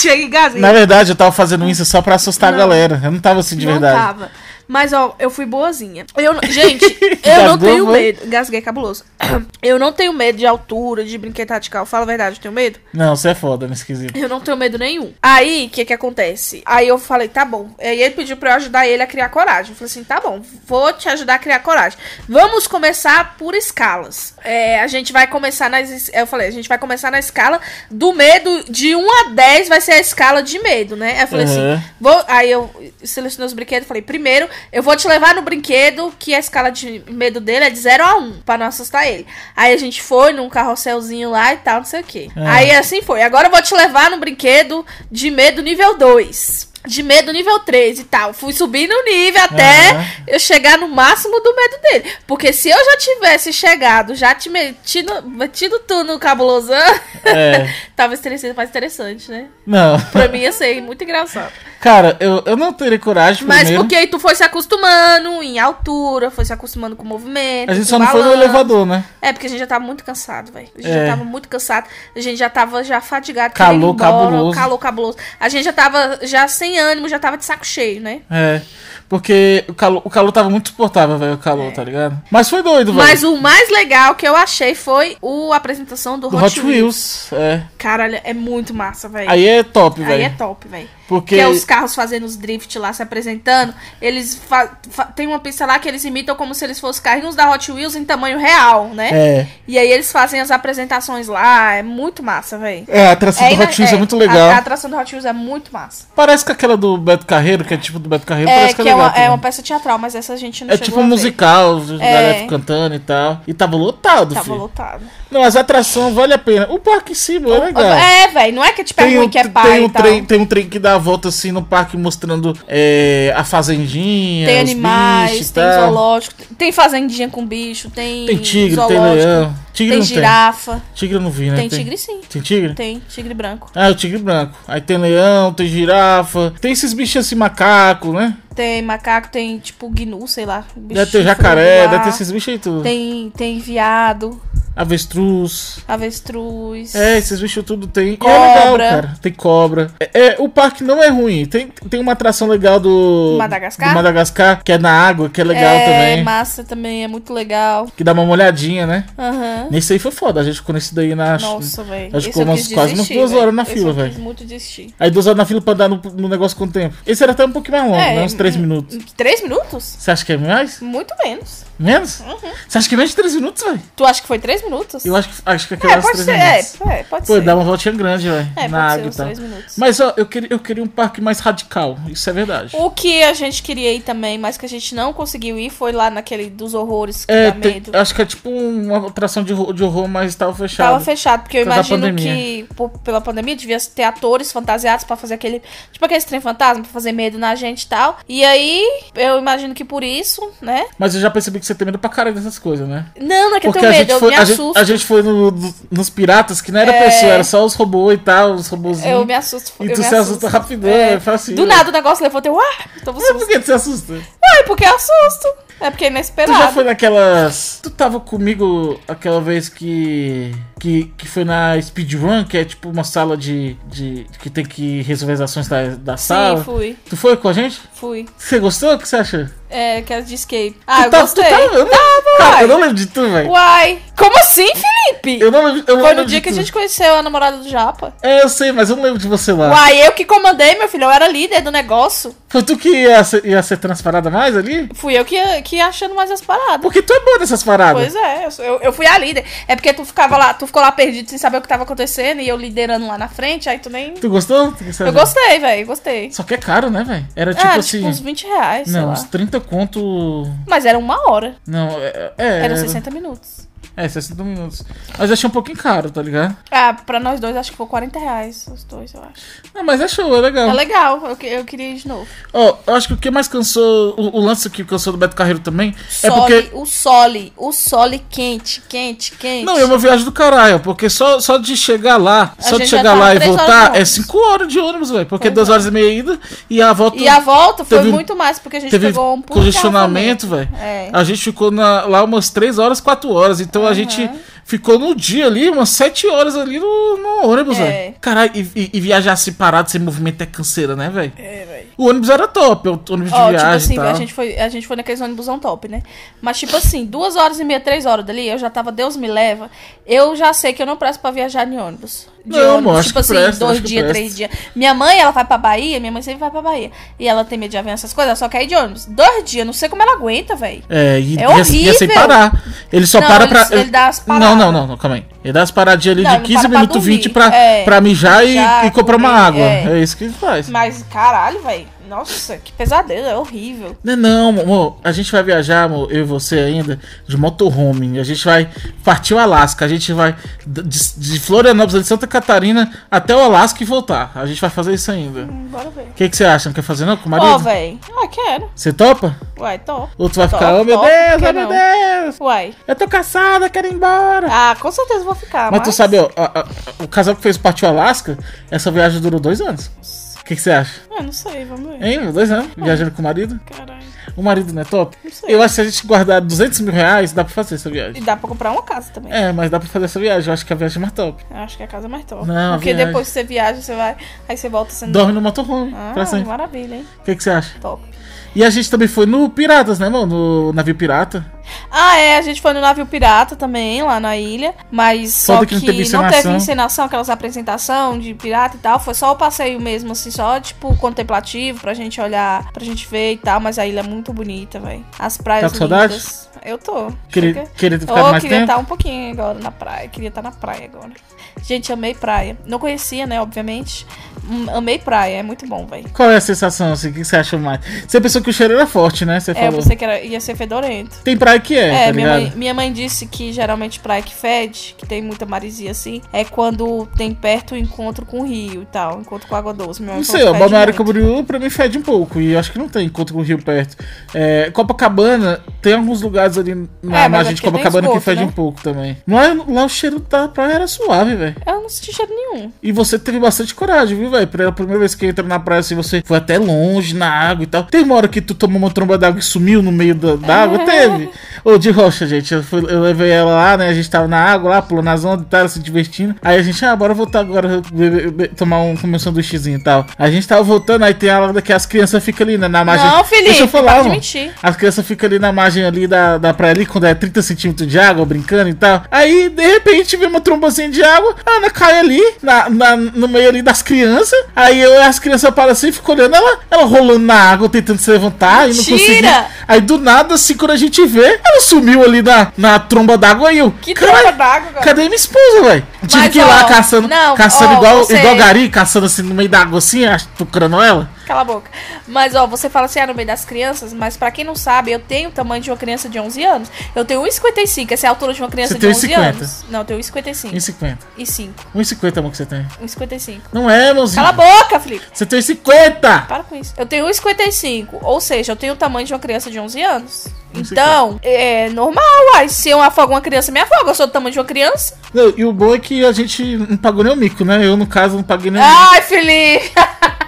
Speaker 1: Cheguei engasguei.
Speaker 2: na verdade, eu tava fazendo isso só pra assustar
Speaker 1: Não.
Speaker 2: a galera. Eu não tava assim de
Speaker 1: não
Speaker 2: verdade.
Speaker 1: tava. Mas, ó, eu fui boazinha. Eu, não- gente, eu não
Speaker 2: Engasgou,
Speaker 1: tenho
Speaker 2: foi?
Speaker 1: medo. Gasguei cabuloso. Eu não tenho medo de altura, de brinquedo radical. Fala a verdade, eu tenho medo?
Speaker 2: Não, você é foda, me esquisito.
Speaker 1: Eu não tenho medo nenhum. Aí, o que que acontece? Aí eu falei, tá bom. Aí ele pediu pra eu ajudar ele a criar coragem. Eu falei assim, tá bom, vou te ajudar a criar coragem. Vamos começar por escalas. É, a gente vai começar nas... es- Eu falei, a gente vai começar na escala do medo. De 1 a 10 vai ser a escala de medo, né? Aí eu falei
Speaker 2: Uhum.
Speaker 1: assim, vou... Aí eu selecionei os brinquedos e falei, primeiro, eu vou te levar no brinquedo que a escala de medo dele é de 0 a 1, pra não assustar ele. Aí a gente foi num carrosselzinho lá e tal, não sei o quê.
Speaker 2: Ah.
Speaker 1: Aí assim foi. Agora eu vou te levar no brinquedo de medo nível 2. De medo nível 3 e tal. Fui subindo o nível até
Speaker 2: Aham.
Speaker 1: eu chegar no máximo do medo dele. Porque se eu já tivesse chegado, já te metido, metido tu no cabulosão,
Speaker 2: É.
Speaker 1: talvez teria sido mais interessante, né?
Speaker 2: Não.
Speaker 1: Pra mim ia ser muito engraçado.
Speaker 2: Cara, eu, eu não teria coragem
Speaker 1: Mas
Speaker 2: primeiro.
Speaker 1: porque aí tu foi se acostumando em altura, foi se acostumando com o movimento.
Speaker 2: A gente
Speaker 1: com
Speaker 2: só
Speaker 1: o
Speaker 2: não foi no
Speaker 1: balanço.
Speaker 2: elevador, né?
Speaker 1: É, porque a gente já tava muito cansado, velho. A gente
Speaker 2: É.
Speaker 1: já tava muito cansado. A gente já tava já fadigado.
Speaker 2: Calor
Speaker 1: querendo ir embora,
Speaker 2: cabuloso.
Speaker 1: Calor cabuloso. A gente já tava já sem ânimo, já tava de saco cheio, né?
Speaker 2: É. Porque o calor, o calor tava muito suportável, velho. O calor, tá ligado? Mas foi doido, velho.
Speaker 1: É. Mas o mais legal que eu achei foi o, a apresentação do,
Speaker 2: Do Hot Wheels. É.
Speaker 1: Caralho, é muito massa, velho.
Speaker 2: Aí é top,
Speaker 1: Aí é
Speaker 2: velho.
Speaker 1: top, velho.
Speaker 2: Porque.
Speaker 1: Que é os carros fazendo os drift lá, se apresentando. Eles fa- fa- tem uma pista lá que eles imitam como se eles fossem carrinhos da Hot Wheels em tamanho real, né?
Speaker 2: É.
Speaker 1: E aí eles fazem as apresentações lá, é muito massa, velho.
Speaker 2: É, a atração do
Speaker 1: ina-
Speaker 2: Hot Wheels é, muito
Speaker 1: A, a
Speaker 2: legal.
Speaker 1: atração do Hot Wheels é muito massa.
Speaker 2: Parece que aquela do Beto Carreiro, que é tipo do Beto Carreiro,
Speaker 1: É,
Speaker 2: parece que
Speaker 1: que
Speaker 2: é
Speaker 1: é
Speaker 2: legal.
Speaker 1: uma, é
Speaker 2: também.
Speaker 1: uma peça teatral, mas essa a gente não
Speaker 2: É
Speaker 1: chegou
Speaker 2: tipo
Speaker 1: a
Speaker 2: um
Speaker 1: ver.
Speaker 2: musical, os
Speaker 1: É.
Speaker 2: galera cantando e tal. E tava lotado,
Speaker 1: Tava
Speaker 2: filho.
Speaker 1: lotado.
Speaker 2: Não, as atrações vale a pena. O parque em si, mano, é legal.
Speaker 1: É, velho, não é que tipo é
Speaker 2: Tem
Speaker 1: ruim
Speaker 2: um,
Speaker 1: que é
Speaker 2: tem
Speaker 1: pai
Speaker 2: um
Speaker 1: e tal.
Speaker 2: trem, tem um trem que dá a volta assim no parque mostrando é, a fazendinha,
Speaker 1: Tem
Speaker 2: é, os
Speaker 1: animais,
Speaker 2: bichos, e
Speaker 1: tem
Speaker 2: tal.
Speaker 1: zoológico, tem- tem fazendinha com bicho, tem
Speaker 2: Tem tigre, tem
Speaker 1: zoológico,
Speaker 2: leão. Tigre
Speaker 1: tem
Speaker 2: não
Speaker 1: girafa,
Speaker 2: tem. Tigre eu não vi, né?
Speaker 1: tem, tigre sim,
Speaker 2: Tem tigre?
Speaker 1: tem tigre branco,
Speaker 2: Ah, o tigre branco. Aí tem leão, tem girafa. Tem esses bichos assim, macaco, né?
Speaker 1: tem macaco, tem tipo gnu, sei lá, bicho
Speaker 2: deve ter jacaré,
Speaker 1: chifrudo lá,
Speaker 2: deve ter esses bichos aí tudo.
Speaker 1: tem, tem viado,
Speaker 2: Avestruz.
Speaker 1: avestruz,
Speaker 2: É, esses bichos tudo tem. E
Speaker 1: Cobra.
Speaker 2: é legal, cara. Tem cobra. É, é, o parque não é ruim. Tem, tem uma atração legal do.
Speaker 1: Madagascar?
Speaker 2: do Madagascar, que é na água, que é legal
Speaker 1: é,
Speaker 2: também.
Speaker 1: massa também, é muito legal,
Speaker 2: Que dá uma molhadinha, né?
Speaker 1: aham.
Speaker 2: Nesse aí foi foda. A gente ficou nesse daí na.
Speaker 1: Nossa, velho.
Speaker 2: acho que umas- quase umas duas horas na fila,
Speaker 1: Eu
Speaker 2: véi.
Speaker 1: quis muito desistir.
Speaker 2: Aí duas horas na fila pra andar no, no negócio com o tempo. Esse era até um pouquinho mais longo,
Speaker 1: É,
Speaker 2: né? Uns três
Speaker 1: hum,
Speaker 2: minutos.
Speaker 1: Três minutos?
Speaker 2: Você acha que é mais?
Speaker 1: Muito menos.
Speaker 2: Menos? Você acha que é menos de três minutos, velho?
Speaker 1: Tu acha que foi três minutos?
Speaker 2: Eu acho que, acho que
Speaker 1: é,
Speaker 2: aquelas
Speaker 1: pode
Speaker 2: três
Speaker 1: ser, é,
Speaker 2: minutos.
Speaker 1: é, pode
Speaker 2: Pô,
Speaker 1: ser.
Speaker 2: dá uma voltinha grande, velho.
Speaker 1: É,
Speaker 2: na
Speaker 1: pode ser
Speaker 2: água e
Speaker 1: uns
Speaker 2: tal.
Speaker 1: três minutos.
Speaker 2: Mas ó, eu queria, eu queria um parque mais radical. Isso é verdade.
Speaker 1: O que a gente queria ir também, mas que a gente não conseguiu ir, foi lá naquele dos horrores que
Speaker 2: É,
Speaker 1: dá
Speaker 2: tem-
Speaker 1: medo.
Speaker 2: acho que é tipo uma atração de, horror- de horror, mas tava fechado.
Speaker 1: Tava fechado, porque eu
Speaker 2: Por causa da
Speaker 1: imagino que por- pela pandemia devia ter atores fantasiados pra fazer aquele. Tipo aquele trem fantasma, pra fazer medo na gente e tal. E aí, eu imagino que por isso, né?
Speaker 2: Mas eu já percebi que você tem medo pra caralho dessas coisas, né?
Speaker 1: Não, não é que eu
Speaker 2: Porque
Speaker 1: tenho
Speaker 2: a
Speaker 1: medo,
Speaker 2: gente,
Speaker 1: eu
Speaker 2: foi,
Speaker 1: me
Speaker 2: a
Speaker 1: assusto.
Speaker 2: a gente foi no- no- nos piratas, que não era
Speaker 1: É.
Speaker 2: pessoa, era só os robôs e tal, os robôzinhos.
Speaker 1: Eu me assusto.
Speaker 2: E
Speaker 1: eu
Speaker 2: tu
Speaker 1: me
Speaker 2: se
Speaker 1: assusto.
Speaker 2: assusta rapidão,
Speaker 1: É.
Speaker 2: é fácil.
Speaker 1: Do nada o negócio levanta eu, ah, tava
Speaker 2: Mas
Speaker 1: susto.
Speaker 2: por que tu se assusta?
Speaker 1: Ai, porque eu assusto. É porque é
Speaker 2: Tu
Speaker 1: inesperado.
Speaker 2: já foi naquelas. Tu tava comigo aquela vez que. Que, que foi na speedrun, que é tipo uma sala de. de que tem que resolver as ações da, da sala.
Speaker 1: Sim, fui,
Speaker 2: Tu foi com a gente?
Speaker 1: fui.
Speaker 2: Você gostou? O que você acha?
Speaker 1: É, que era de escape. Ah,
Speaker 2: tu tá
Speaker 1: eu
Speaker 2: tava-
Speaker 1: gostei.
Speaker 2: Tu tava, eu, não, cara, eu não lembro de tu, velho.
Speaker 1: Uai, como assim, Felipe?
Speaker 2: Eu não lembro. Eu não
Speaker 1: Foi
Speaker 2: lembro
Speaker 1: no
Speaker 2: de
Speaker 1: dia que a
Speaker 2: tu.
Speaker 1: gente conheceu a namorada do Japa.
Speaker 2: É, eu sei, mas eu não lembro de você lá.
Speaker 1: Uai, eu que comandei, meu filho. Eu era líder do negócio.
Speaker 2: Foi Então, tu que ia ser, ia ser transparada mais ali?
Speaker 1: Fui eu que ia, que ia achando mais as paradas.
Speaker 2: Porque tu é boa nessas paradas.
Speaker 1: Pois é, eu sou- eu, eu fui a líder. É porque tu ficava lá, tu ficou lá perdido sem saber o que tava acontecendo e eu liderando lá na frente, aí tu nem.
Speaker 2: Tu gostou? Tu gostou?
Speaker 1: é. Eu gostei, velho, gostei.
Speaker 2: Só que Uhum. é caro, né, velho? Era tipo
Speaker 1: ah,
Speaker 2: assim.
Speaker 1: tipo uns 20 reais, sei
Speaker 2: não,
Speaker 1: lá.
Speaker 2: uns 30 conto.
Speaker 1: Mas era uma hora.
Speaker 2: Não, é. é
Speaker 1: Eram
Speaker 2: era-
Speaker 1: 60 minutos.
Speaker 2: É, 60 minutos. Mas eu achei um pouquinho caro, tá ligado?
Speaker 1: Ah, pra nós dois acho que foi 40 reais, os dois, eu acho.
Speaker 2: Ah, mas é show, é legal.
Speaker 1: É legal, eu, que- eu queria ir de novo.
Speaker 2: Ó, eu acho que o que mais cansou, o, o lance que cansou do Beto Carreiro também, é
Speaker 1: Sole,
Speaker 2: porque.
Speaker 1: o sole, o sole quente, quente, quente.
Speaker 2: Não, é uma viagem do caralho, porque só, só de chegar lá,
Speaker 1: A
Speaker 2: só de
Speaker 1: gente já
Speaker 2: chegar
Speaker 1: tá
Speaker 2: lá e
Speaker 1: três horas
Speaker 2: voltar
Speaker 1: de
Speaker 2: é
Speaker 1: ônibus.
Speaker 2: 5 horas de ônibus, velho. Porque
Speaker 1: Pois
Speaker 2: 2
Speaker 1: é.
Speaker 2: horas e meia ida e a volta.
Speaker 1: E a volta foi
Speaker 2: teve-
Speaker 1: muito mais, porque a gente
Speaker 2: teve
Speaker 1: pegou um puto
Speaker 2: congestionamento, velho.
Speaker 1: É.
Speaker 2: A gente ficou na- lá umas 3 horas, 4 horas. Então a gente ficou no dia ali, umas 7 horas ali no, no ônibus,
Speaker 1: É.
Speaker 2: velho. Caralho, e, e- e viajar assim parado, sem movimento é canseira, né, velho?
Speaker 1: É, velho.
Speaker 2: O ônibus era top, é o ônibus de
Speaker 1: Ó, tipo
Speaker 2: viagem
Speaker 1: assim,
Speaker 2: e tal.
Speaker 1: a gente, foi, a gente foi naqueles ônibusão top, né? Mas, tipo assim, duas horas e meia, três horas dali, eu já tava, Deus me leva. Eu já sei que eu não presto pra viajar de ônibus. De
Speaker 2: Não,
Speaker 1: ônibus,
Speaker 2: amor, acho
Speaker 1: tipo
Speaker 2: que
Speaker 1: assim,
Speaker 2: presta,
Speaker 1: dois
Speaker 2: acho que
Speaker 1: dias,
Speaker 2: presta.
Speaker 1: três dias. Minha mãe, ela vai pra Bahia, minha mãe sempre vai pra Bahia. E ela tem medo de avião, essas coisas, ela só quer ir de ônibus. Dois dias, não sei como ela aguenta, velho.
Speaker 2: É, e
Speaker 1: É
Speaker 2: ia, ia sem
Speaker 1: horrível.
Speaker 2: parar. Ele só
Speaker 1: Não,
Speaker 2: para
Speaker 1: ele-
Speaker 2: pra.
Speaker 1: ele dá as paradas.
Speaker 2: Não, não, não, não, calma aí. Ele dá as paradinhas ali
Speaker 1: Não,
Speaker 2: de
Speaker 1: ele
Speaker 2: 15
Speaker 1: para pra
Speaker 2: minutos,
Speaker 1: dormir.
Speaker 2: 20 pra,
Speaker 1: É.
Speaker 2: pra mijar e,
Speaker 1: Mijar,
Speaker 2: e comprar uma
Speaker 1: comer,
Speaker 2: água.
Speaker 1: é.
Speaker 2: É. isso que ele faz.
Speaker 1: Mas, caralho, velho. Nossa, que pesadelo, é horrível.
Speaker 2: Não, é não, amor. A gente vai viajar, amor, eu e você ainda, de motorhome. A gente vai partir o Alasca. A gente vai d- de, de Florianópolis, de Santa Catarina, até o Alasca e voltar. A gente vai fazer isso ainda.
Speaker 1: Hum, Bora ver.
Speaker 2: O que, que você acha? Não quer fazer não com o
Speaker 1: Ó,
Speaker 2: marido?
Speaker 1: velho. Ah, quero.
Speaker 2: você topa?
Speaker 1: Uai, top.
Speaker 2: Ou tu vai
Speaker 1: Top,
Speaker 2: ficar, oh meu
Speaker 1: top, por
Speaker 2: Deus,
Speaker 1: que
Speaker 2: oh meu
Speaker 1: não?
Speaker 2: Deus,
Speaker 1: Uai.
Speaker 2: eu tô caçada, quero ir embora.
Speaker 1: Ah, com certeza vou ficar.
Speaker 2: Mas tu sabe, ó, a- a- o casal que fez partiu Alasca, essa viagem durou dois anos. O que que você acha?
Speaker 1: Ah, não sei, vamos ver.
Speaker 2: Hein? meu? Dois anos? Viajando com o marido?
Speaker 1: Caralho.
Speaker 2: O marido não é top?
Speaker 1: Não sei.
Speaker 2: Eu acho que se a gente guardar 200 mil reais, dá pra fazer essa
Speaker 1: E
Speaker 2: viagem.
Speaker 1: dá pra comprar uma casa também.
Speaker 2: É, mas dá pra fazer essa viagem. Eu acho que a viagem é mais top.
Speaker 1: Eu acho que a casa é mais top.
Speaker 2: Não,
Speaker 1: Porque
Speaker 2: viagem.
Speaker 1: depois que você viaja, você vai. Aí você volta sendo.
Speaker 2: Dorme no motorhome.
Speaker 1: Ah,
Speaker 2: pra sempre.
Speaker 1: maravilha, hein?
Speaker 2: O que, que você acha?
Speaker 1: Top.
Speaker 2: E a gente também foi no Piratas, né, mano? No navio pirata.
Speaker 1: Ah, é, a gente foi no navio pirata também, lá na ilha. Mas só,
Speaker 2: Só
Speaker 1: que,
Speaker 2: que não teve
Speaker 1: não
Speaker 2: encenação.
Speaker 1: teve encenação, aquelas apresentações de pirata e tal. Foi só o passeio mesmo, assim, só tipo contemplativo pra gente olhar, pra gente ver e tal. Mas a ilha é muito bonita, velho. As praias
Speaker 2: Tá com saudade?
Speaker 1: lindas. Eu tô.
Speaker 2: Queria,
Speaker 1: Chega.
Speaker 2: queria ter
Speaker 1: Oh,
Speaker 2: ficado mais
Speaker 1: queria
Speaker 2: tempo.
Speaker 1: estar um pouquinho agora na praia. Queria estar na praia agora. Gente, amei praia. Não conhecia, né, obviamente. Hum, Amei praia, é muito bom, velho.
Speaker 2: Qual é a sensação, assim? O que que você acha mais? Você pensou que o cheiro era forte, né? Você
Speaker 1: É, eu
Speaker 2: falou.
Speaker 1: pensei que era, ia ser fedorento.
Speaker 2: Tem praia que é,
Speaker 1: É,
Speaker 2: tá
Speaker 1: minha,
Speaker 2: ligado?
Speaker 1: mãe, minha mãe disse que geralmente praia que fede, que tem muita maresia assim, é quando tem perto o encontro com o rio e tal, encontro com água doce. Minha mãe
Speaker 2: Não
Speaker 1: falou
Speaker 2: sei, ó,
Speaker 1: que fede
Speaker 2: Balneário
Speaker 1: muito.
Speaker 2: Camboriú pra mim fede um pouco. E eu acho que não tem encontro com o Rio perto. É, Copacabana, tem alguns lugares ali na
Speaker 1: É, mas
Speaker 2: margem
Speaker 1: é
Speaker 2: de
Speaker 1: porque tem
Speaker 2: Copacabana que
Speaker 1: esgoto,
Speaker 2: fede
Speaker 1: né?
Speaker 2: um pouco também. Mas lá o cheiro da praia era suave, velho.
Speaker 1: Eu não senti cheiro nenhum.
Speaker 2: E você teve bastante coragem, viu, velho? Pela primeira vez que entra na praia, assim, você foi até longe na água e tal. Tem uma hora que tu tomou uma tromba d'água e sumiu no meio da, da
Speaker 1: É.
Speaker 2: água? Teve. Ô, de rocha, gente. Eu, fui- eu levei ela lá, né? A gente tava na água lá, pulando nas ondas e tal, se divertindo. Aí a gente, ah, bora voltar agora, beber- be- tomar um, comer um sanduíchezinho e tal. A gente tava voltando, aí tem a hora que as crianças ficam ali, né? Na margem.
Speaker 1: não, Felipe,
Speaker 2: Deixa eu falar,
Speaker 1: para de
Speaker 2: mano.
Speaker 1: mentir.
Speaker 2: As crianças ficam ali na margem ali da, da praia ali, quando é 30 centímetros de água, brincando e tal. Aí, de repente, vem uma trombazinha de água, a Ana cai ali, na, na- no meio ali das crianças. Aí eu, as crianças param assim, ficam olhando ela, ela rolando na água, tentando se levantar e não
Speaker 1: Mentira!
Speaker 2: conseguia. Aí do nada, assim, quando a gente vê, ela sumiu ali na, na tromba d'água e eu.
Speaker 1: Que
Speaker 2: "Caralho,
Speaker 1: tromba d'água, cara.
Speaker 2: Cadê minha esposa, velho? Tive
Speaker 1: Mas,
Speaker 2: que ir lá
Speaker 1: ó,
Speaker 2: caçando,
Speaker 1: não,
Speaker 2: caçando
Speaker 1: ó,
Speaker 2: igual,
Speaker 1: você-
Speaker 2: igual gari, caçando assim no meio da água assim, ach- procurando ela.
Speaker 1: Cala a boca. Mas, ó, você fala assim, ah, no meio das crianças, mas pra quem não sabe, eu tenho o tamanho de uma criança de 11 anos. Eu tenho 1,55, essa é a altura de uma criança
Speaker 2: Você
Speaker 1: de
Speaker 2: tem
Speaker 1: 11
Speaker 2: 1,50.
Speaker 1: anos. Não, eu tenho 1,55.
Speaker 2: 1,50.
Speaker 1: E um 5.
Speaker 2: 1,50 é o que você tem.
Speaker 1: 1,55.
Speaker 2: Não é, mãozinho.
Speaker 1: Cala a boca, Felipe.
Speaker 2: Você tem 50!
Speaker 1: Para com isso. Eu tenho 1,55, ou seja, eu tenho o tamanho de uma criança de 11 anos.
Speaker 2: 1,50.
Speaker 1: Então, é normal, uai. Se eu afogo uma criança, me afoga. Eu sou do tamanho de uma criança.
Speaker 2: Não, e o bom é que a gente não pagou nem o mico, né? Eu, no caso, não paguei nem o mico.
Speaker 1: Ai, Felipe!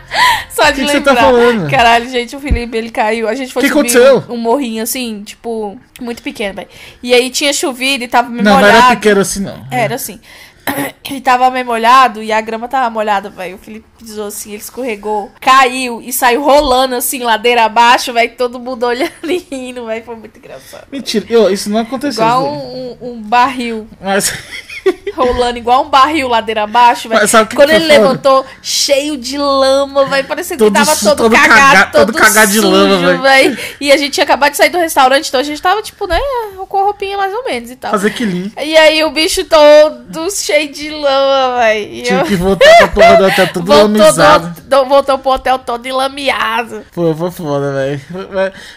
Speaker 1: Só de
Speaker 2: que você
Speaker 1: lembrar.
Speaker 2: tá falando?
Speaker 1: Caralho, gente, o Felipe, ele caiu. A gente foi
Speaker 2: Que
Speaker 1: subir
Speaker 2: aconteceu?
Speaker 1: um morrinho, assim, tipo, muito pequeno, velho. E aí tinha chovido e tava meio
Speaker 2: Não, não
Speaker 1: molhado.
Speaker 2: era pequeno assim, não.
Speaker 1: Era assim. Ele tava meio molhado e a grama tava molhada, velho. O Felipe pisou assim, ele escorregou, caiu e saiu rolando assim, ladeira abaixo, velho. Todo mundo olhando e rindo, velho. Foi muito engraçado.
Speaker 2: Mentira, eu, isso não aconteceu.
Speaker 1: Igual
Speaker 2: Zé.
Speaker 1: um, um- um barril
Speaker 2: Mas
Speaker 1: rolando, igual um barril ladeira abaixo, velho.
Speaker 2: Mas sabe o que
Speaker 1: Quando
Speaker 2: que é
Speaker 1: ele
Speaker 2: foda?
Speaker 1: levantou, cheio de lama, velho. Parecia que
Speaker 2: Todo
Speaker 1: tava
Speaker 2: su-
Speaker 1: todo,
Speaker 2: todo
Speaker 1: cagado,
Speaker 2: caga-
Speaker 1: todo,
Speaker 2: todo cagado de
Speaker 1: sujo,
Speaker 2: lama, velho.
Speaker 1: velho. E a gente tinha acabado de sair do restaurante, então a gente tava, tipo, né, com a roupinha mais ou menos e tal.
Speaker 2: fazer que limpo.
Speaker 1: E aí o bicho todo cheio de lama, velho. E
Speaker 2: Tinha
Speaker 1: eu...
Speaker 2: que voltar pra porra do hotel Tipo, tudo
Speaker 1: Voltou,
Speaker 2: lamizado.
Speaker 1: do, do- voltou pro hotel todo enlameado.
Speaker 2: Pô, foi foda, velho.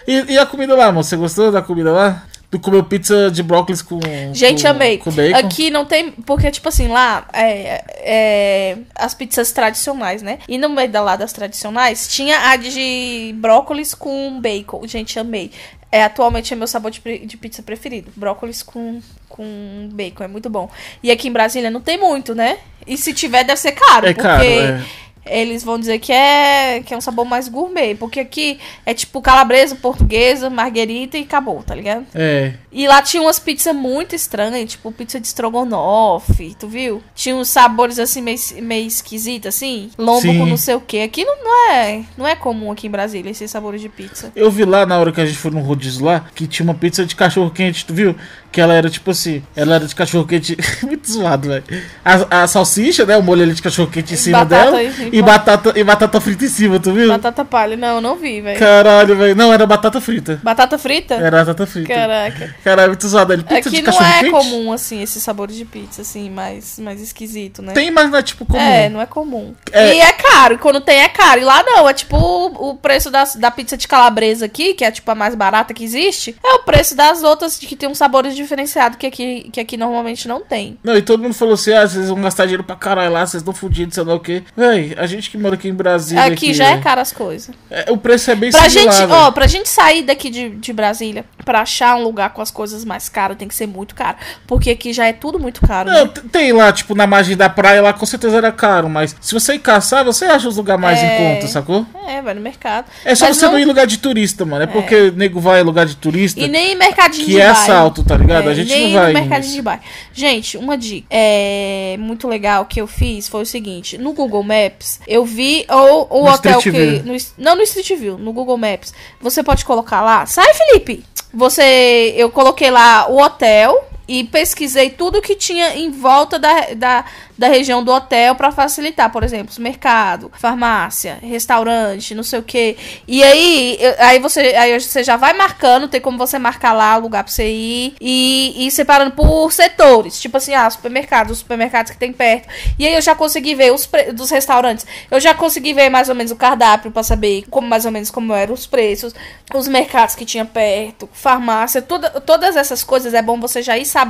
Speaker 2: E, e a comida lá, amor? Você gostou da comida lá? Tu comeu pizza de brócolis com.
Speaker 1: Gente,
Speaker 2: com,
Speaker 1: amei.
Speaker 2: Com bacon?
Speaker 1: Aqui não tem. Porque, tipo assim, lá é, é, as pizzas tradicionais, né? E no meio da lá das tradicionais tinha a de brócolis com bacon. Gente, amei. É, atualmente é meu sabor de, pre- de pizza preferido. Brócolis com, com bacon. É muito bom. E aqui em Brasília não tem muito, né? E se tiver, deve ser caro.
Speaker 2: É
Speaker 1: porque
Speaker 2: caro, é.
Speaker 1: Eles vão dizer que é, que é um sabor mais gourmet. Porque aqui é tipo calabresa, portuguesa, marguerita e acabou, tá ligado?
Speaker 2: É.
Speaker 1: E lá tinha umas pizzas muito estranhas, tipo pizza de estrogonofe, tu viu? Tinha uns sabores assim meio, meio esquisitos, assim. Lombo
Speaker 2: Sim.
Speaker 1: com não sei o que. Aqui não, não é não é comum aqui em Brasília esses sabores de pizza.
Speaker 2: Eu vi lá na hora que a gente foi no rodízio lá que tinha uma pizza de cachorro quente, tu viu? Que ela era tipo assim, ela era de cachorro quente muito zoado, velho. A, a salsicha, né? O molho ali de cachorro quente em
Speaker 1: E
Speaker 2: cima
Speaker 1: batata,
Speaker 2: dela.
Speaker 1: e-
Speaker 2: E, batata, e batata frita em cima, tu viu?
Speaker 1: Batata palha, não, eu não vi, velho.
Speaker 2: Caralho, velho. Não, era batata frita.
Speaker 1: Batata frita?
Speaker 2: Era batata é frita.
Speaker 1: Caraca.
Speaker 2: Caralho, muito zoado. Ele pizza
Speaker 1: É. Aqui
Speaker 2: de
Speaker 1: não
Speaker 2: cachorro
Speaker 1: é
Speaker 2: quente?
Speaker 1: comum, assim, esses sabores de pizza, assim, mais, mais esquisito, né?
Speaker 2: Tem, mas não é tipo comum.
Speaker 1: É, não é comum.
Speaker 2: É.
Speaker 1: E é caro, e quando tem é caro. E lá não, é tipo o, o preço das- da pizza de calabresa aqui, que é tipo a mais barata que existe, é o preço das outras que tem uns sabores diferenciados que aqui, que aqui normalmente não tem.
Speaker 2: Não, e todo mundo falou assim: ah, vocês vão gastar dinheiro pra caralho lá, vocês estão fudidos, sei lá o quê. Véi, a gente que mora aqui né? em Brasília.
Speaker 1: Aqui já é
Speaker 2: velho,
Speaker 1: caro as coisas.
Speaker 2: é- O preço é bem
Speaker 1: Pra gente,
Speaker 2: similar, velho.
Speaker 1: ó, pra gente sair daqui de, de Brasília, pra achar um lugar com as coisas mais caras, tem que ser muito caro. Porque aqui já é tudo muito caro. né?
Speaker 2: Não, t- tem lá, tipo, na margem da praia, lá com certeza era caro, mas se você ir caçar, você acha os lugares mais
Speaker 1: É.
Speaker 2: em conta, sacou?
Speaker 1: É, vai no mercado.
Speaker 2: É só
Speaker 1: Mas
Speaker 2: você não... ir em lugar de turista, mano. É porque nego vai em lugar de turista
Speaker 1: E nem mercadinho
Speaker 2: que
Speaker 1: de
Speaker 2: é
Speaker 1: bairro.
Speaker 2: assalto, tá ligado?
Speaker 1: É,
Speaker 2: a gente
Speaker 1: nem
Speaker 2: não vai.
Speaker 1: no mercadinho de
Speaker 2: nisso.
Speaker 1: bairro. Gente, uma dica é, muito legal que eu fiz foi o seguinte: no Google Maps, eu vi ou, o
Speaker 2: No
Speaker 1: hotel
Speaker 2: Street
Speaker 1: que.
Speaker 2: View.
Speaker 1: no es- não no Street View, no Google Maps. Você pode colocar lá. Sai, Felipe! Você. Eu coloquei lá o hotel. E pesquisei tudo que tinha em volta da, da, da região do hotel pra facilitar. Por exemplo, mercado, farmácia, restaurante, não sei o quê. E aí, eu- aí você, aí você já vai marcando, tem como você marcar lá o lugar pra você ir e, e separando por setores. Tipo assim, ah, supermercado, os supermercados que tem perto. E aí eu já consegui ver os pre- dos restaurantes. Eu já consegui ver mais ou menos o cardápio pra saber como mais ou menos como eram os preços, os mercados que tinha perto, farmácia, toda, todas essas coisas é bom você já ir sabendo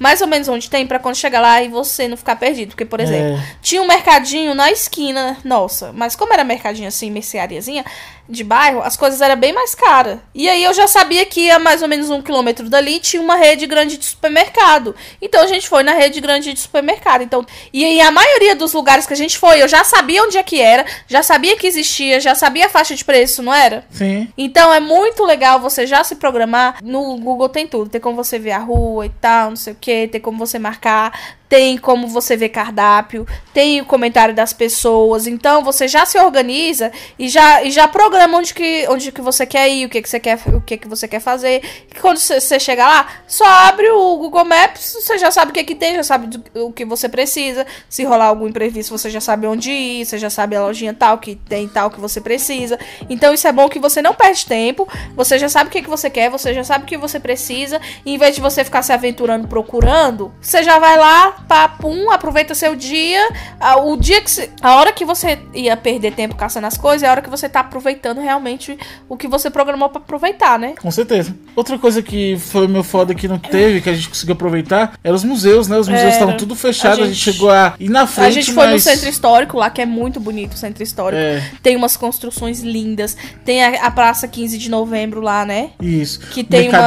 Speaker 1: mais ou menos onde tem pra quando chegar lá e você não ficar perdido, porque por exemplo,
Speaker 2: É.
Speaker 1: tinha um mercadinho na esquina, nossa, mas como era mercadinho assim, merceariazinha de bairro, as coisas eram bem mais caras. E aí eu já sabia que a mais ou menos um quilômetro dali tinha uma rede grande de supermercado. Então a gente foi na rede grande de supermercado. Então, e aí a maioria dos lugares que a gente foi, eu já sabia onde é que era, já sabia que existia, já sabia a faixa de preço, não era?
Speaker 2: Sim.
Speaker 1: Então é muito legal você já se programar. No Google tem tudo. Tem como você ver a rua e tal, não sei o que. Tem como você marcar. Tem como você ver cardápio. Tem o comentário das pessoas. Então você já se organiza e já, e já programa onde que, onde que você quer ir, o que, que você quer, o que, que você quer fazer. E quando você- você chega lá, só abre o Google Maps, você já sabe o que, que tem, já sabe do- o que você precisa. Se rolar algum imprevisto, você já sabe onde ir, você já sabe a lojinha tal que tem tal que você precisa. Então isso é bom que você não perde tempo, você já sabe o que, que você quer, você já sabe o que você precisa. E em vez de você ficar se aventurando procurando, você já vai lá, papum, aproveita seu dia. Ah, O dia que se- a hora que você ia perder tempo caçando as coisas é a hora que você tá aproveitando realmente o que você programou pra aproveitar, né?
Speaker 2: Com certeza. Outra coisa que foi meu foda que não teve, que a gente conseguiu aproveitar, eram os museus, né? Os museus
Speaker 1: Era.
Speaker 2: estavam tudo fechados, a
Speaker 1: A
Speaker 2: gente,
Speaker 1: gente-
Speaker 2: chegou a ir na frente,
Speaker 1: a gente foi
Speaker 2: mas-
Speaker 1: no centro histórico lá, que é muito bonito o centro histórico.
Speaker 2: É,
Speaker 1: Tem umas construções lindas. Tem a, a Praça 15 de Novembro lá, né?
Speaker 2: isso.
Speaker 1: Que tem
Speaker 2: Mercadão,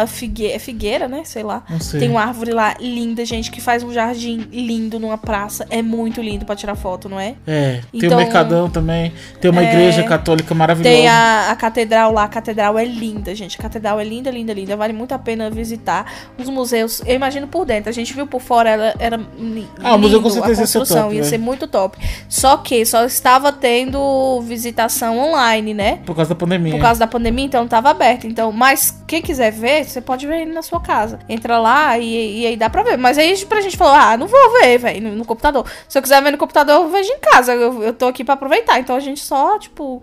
Speaker 1: uma figue- é figueira, né? Sei lá.
Speaker 2: Não sei.
Speaker 1: Tem uma árvore lá linda, gente, que faz um jardim lindo numa praça. É muito lindo pra tirar foto, não é?
Speaker 2: É, tem o
Speaker 1: Então-
Speaker 2: Mercadão também. Tem uma
Speaker 1: É.
Speaker 2: igreja católica maravilhosa.
Speaker 1: Tem a, a catedral lá, a catedral é linda, gente. A catedral é linda, linda, linda. Vale muito a pena visitar os museus. Eu imagino por dentro. A gente viu por fora, ela era li-
Speaker 2: Ah, o museu com
Speaker 1: lindo,
Speaker 2: certeza ia
Speaker 1: a
Speaker 2: ser
Speaker 1: construção
Speaker 2: top,
Speaker 1: ia
Speaker 2: né?
Speaker 1: ser muito top. Só que só estava tendo visitação online, né?
Speaker 2: Por causa da pandemia.
Speaker 1: Por causa da pandemia, então não tava aberto. Então, mas quem quiser ver, você pode ver ele na sua casa. Entra lá e, e aí dá pra ver. Mas aí pra gente falou, ah, não vou ver, velho, no, no computador. Se eu quiser ver no computador, eu vejo em casa. Eu, eu tô aqui pra aproveitar. Então a gente só, tipo,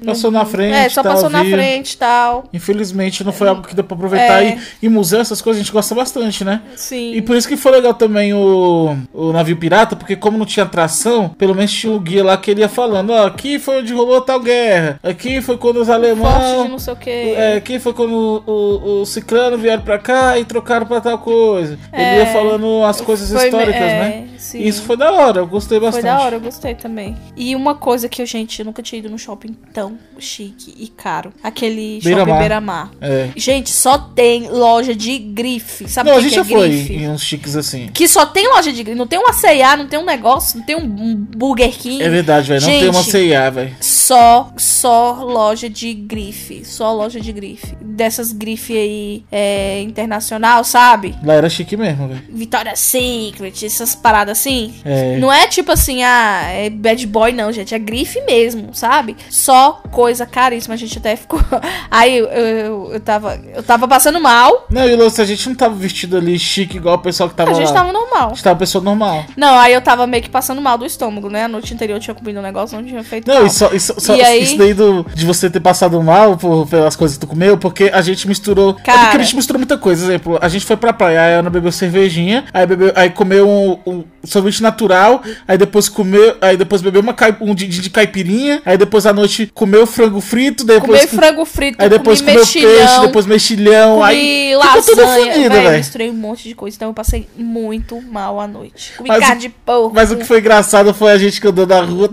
Speaker 1: não.
Speaker 2: Passou
Speaker 1: não-
Speaker 2: na frente, tá
Speaker 1: É, só
Speaker 2: tal,
Speaker 1: passou na
Speaker 2: viu.
Speaker 1: frente e tal.
Speaker 2: Infelizmente não foi algo que deu pra aproveitar.
Speaker 1: É.
Speaker 2: E, e museu, essas coisas a gente gosta bastante, né?
Speaker 1: Sim.
Speaker 2: E por isso que foi legal também o, o navio pirata, porque como não tinha atração, pelo menos tinha o guia lá que ele ia falando, ó, aqui foi onde rolou tal guerra, aqui foi quando os
Speaker 1: Forte de
Speaker 2: alemães.
Speaker 1: não sei o quê.
Speaker 2: É, aqui foi quando o, o, o ciclano vieram pra cá e trocaram pra tal coisa. Ele ia falando as coisas
Speaker 1: É, Foi me-
Speaker 2: históricas,
Speaker 1: é,
Speaker 2: né?
Speaker 1: Sim.
Speaker 2: Isso foi da hora, eu gostei bastante.
Speaker 1: Foi da hora, eu gostei também. E uma coisa que, eu, gente, eu nunca tinha ido num shopping tão chique e caro. Aquele
Speaker 2: Beira-mar.
Speaker 1: shopping Beira-Mar.
Speaker 2: É.
Speaker 1: Gente, só tem loja de grife. Sabe
Speaker 2: Não,
Speaker 1: o
Speaker 2: a
Speaker 1: que
Speaker 2: gente
Speaker 1: que é
Speaker 2: já foi
Speaker 1: grife?
Speaker 2: em uns chiques assim.
Speaker 1: Que só tem loja de grife. Não tem uma C&A, não tem um negócio, não tem um Burger King.
Speaker 2: É verdade, velho. Não tem
Speaker 1: Gente,
Speaker 2: uma CIA, velho.
Speaker 1: Só, só loja de grife. Só loja de grife. Dessas grife aí, é, internacional, sabe?
Speaker 2: Lá era chique mesmo, velho.
Speaker 1: Victoria's Secret, essas paradas assim.
Speaker 2: É.
Speaker 1: Não é tipo assim, ah, é bad boy, não, gente. É grife mesmo, sabe? Só coisa caríssima. A gente até ficou. Aí eu, eu, eu tava. Eu tava passando mal.
Speaker 2: Não, e o lance, a gente não tava vestido ali chique igual o pessoal que tava
Speaker 1: A gente
Speaker 2: lá.
Speaker 1: tava normal.
Speaker 2: A gente tava pessoa normal.
Speaker 1: Não, aí eu tava meio que passando mal do estômago, né? A noite anterior eu tinha comido um negócio, não tinha feito
Speaker 2: Não,
Speaker 1: mal.
Speaker 2: e só, e só- só-
Speaker 1: E aí-
Speaker 2: isso daí do- de você ter passado mal por, pelas coisas que tu comeu, porque a gente misturou. é porque
Speaker 1: Cara.
Speaker 2: a gente misturou muita coisa. Exemplo, a gente foi pra praia, aí a Ana bebeu cervejinha, aí, bebeu, aí comeu um, um sorvete natural, aí depois comeu. Aí depois bebeu uma, cai- um de, de caipirinha, aí depois à noite comeu frango frito, é depois.
Speaker 1: Comi frango frito,
Speaker 2: Aí depois
Speaker 1: comi
Speaker 2: comeu peixe,
Speaker 1: mexilhão,
Speaker 2: depois mexilhão, aí.
Speaker 1: comi
Speaker 2: ficou tudo
Speaker 1: lasanha.
Speaker 2: fodido,
Speaker 1: Véi,
Speaker 2: véi.
Speaker 1: misturei um monte de coisa, então eu passei muito mal à noite. Comi
Speaker 2: Mas o-
Speaker 1: carne de porco.
Speaker 2: Mas o que foi engraçado foi a gente que andou na rua.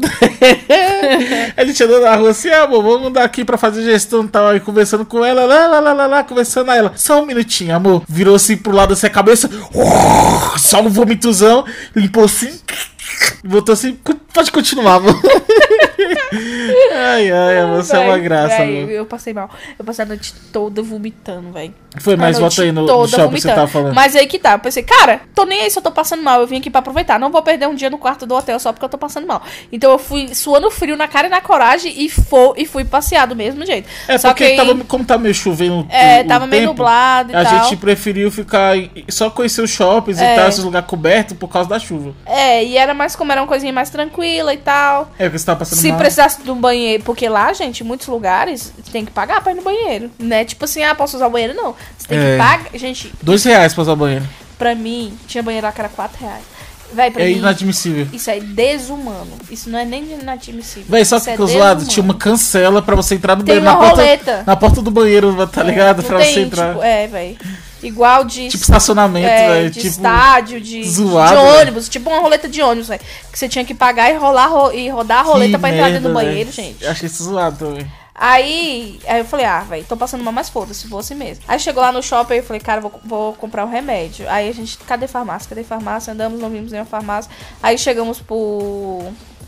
Speaker 2: a gente andou na rua assim, ah, amor, vamos dar aqui pra fazer gestão e tal. Aí conversando com ela, lá, lá, lá, lá, lá, conversando a ela. Só um minutinho, amor. Virou assim pro lado assim a cabeça. Só um vomituzão. Limpou assim. Botou assim. Pode continuar, amor. ai, ai, amor, você é uma
Speaker 1: Véi,
Speaker 2: graça,
Speaker 1: véi,
Speaker 2: amor.
Speaker 1: Eu passei mal. Eu passei a noite toda vomitando, velho.
Speaker 2: Foi, mas
Speaker 1: a noite
Speaker 2: volta aí no, no
Speaker 1: toda
Speaker 2: shopping que você tava falando.
Speaker 1: Mas aí que tá. Eu pensei, cara, tô nem aí se eu tô passando mal. Eu vim aqui pra aproveitar. Não vou perder um dia no quarto do hotel só porque eu tô passando mal. Então eu fui suando frio na cara e na coragem e, fo e fui passear do mesmo jeito.
Speaker 2: É
Speaker 1: só
Speaker 2: porque
Speaker 1: que aí-
Speaker 2: tava, como tá meio chovendo.
Speaker 1: É,
Speaker 2: o- o
Speaker 1: tava meio
Speaker 2: tempo,
Speaker 1: nublado e
Speaker 2: A
Speaker 1: tal.
Speaker 2: gente preferiu ficar em- só conhecer os shoppings e
Speaker 1: É.
Speaker 2: tal, esses lugares cobertos por causa da chuva.
Speaker 1: É, e era mais como era uma coisinha mais tranquila e tal.
Speaker 2: É, porque você tava passando
Speaker 1: Se
Speaker 2: mal.
Speaker 1: precisasse de um banheiro, porque lá, gente, em muitos lugares tem que pagar pra ir no banheiro. Não é tipo assim, ah, posso usar o banheiro? Não. Você tem
Speaker 2: É.
Speaker 1: que pagar. Gente,
Speaker 2: Dois reais pra usar o banheiro.
Speaker 1: pra mim, tinha banheiro lá que era 4 reais. Véi, pra
Speaker 2: É
Speaker 1: mim.
Speaker 2: inadmissível.
Speaker 1: Isso é desumano. Isso não é nem inadmissível.
Speaker 2: Véi, sabe o
Speaker 1: Isso
Speaker 2: que
Speaker 1: é
Speaker 2: que os lados?
Speaker 1: desumano.
Speaker 2: Tinha uma cancela pra você entrar no
Speaker 1: Tem
Speaker 2: banheiro. na
Speaker 1: uma
Speaker 2: porta,
Speaker 1: roleta. É,
Speaker 2: Na porta do banheiro, tá ligado?
Speaker 1: Não
Speaker 2: pra
Speaker 1: tem,
Speaker 2: você entrar.
Speaker 1: Tipo,
Speaker 2: Tipo,
Speaker 1: é, velho. Igual de.
Speaker 2: estacionamento,
Speaker 1: é,
Speaker 2: velho.
Speaker 1: de
Speaker 2: Tipo,
Speaker 1: estádio, de,
Speaker 2: zoado,
Speaker 1: de
Speaker 2: velho.
Speaker 1: ônibus, tipo uma roleta de ônibus, velho. Que você tinha que pagar e rolar ro- e rodar a roleta
Speaker 2: que
Speaker 1: pra entrar dentro
Speaker 2: merda,
Speaker 1: do banheiro,
Speaker 2: véi.
Speaker 1: gente.
Speaker 2: Achei isso zoado também.
Speaker 1: Aí, aí eu falei, ah, velho, tô passando mal, mas foda-se, vou assim mesmo. Aí chegou lá no shopping, eu falei, cara, vou, vou comprar um remédio. Aí a gente, cadê farmácia? Cadê farmácia? Andamos, não vimos nenhuma farmácia. Aí chegamos pro,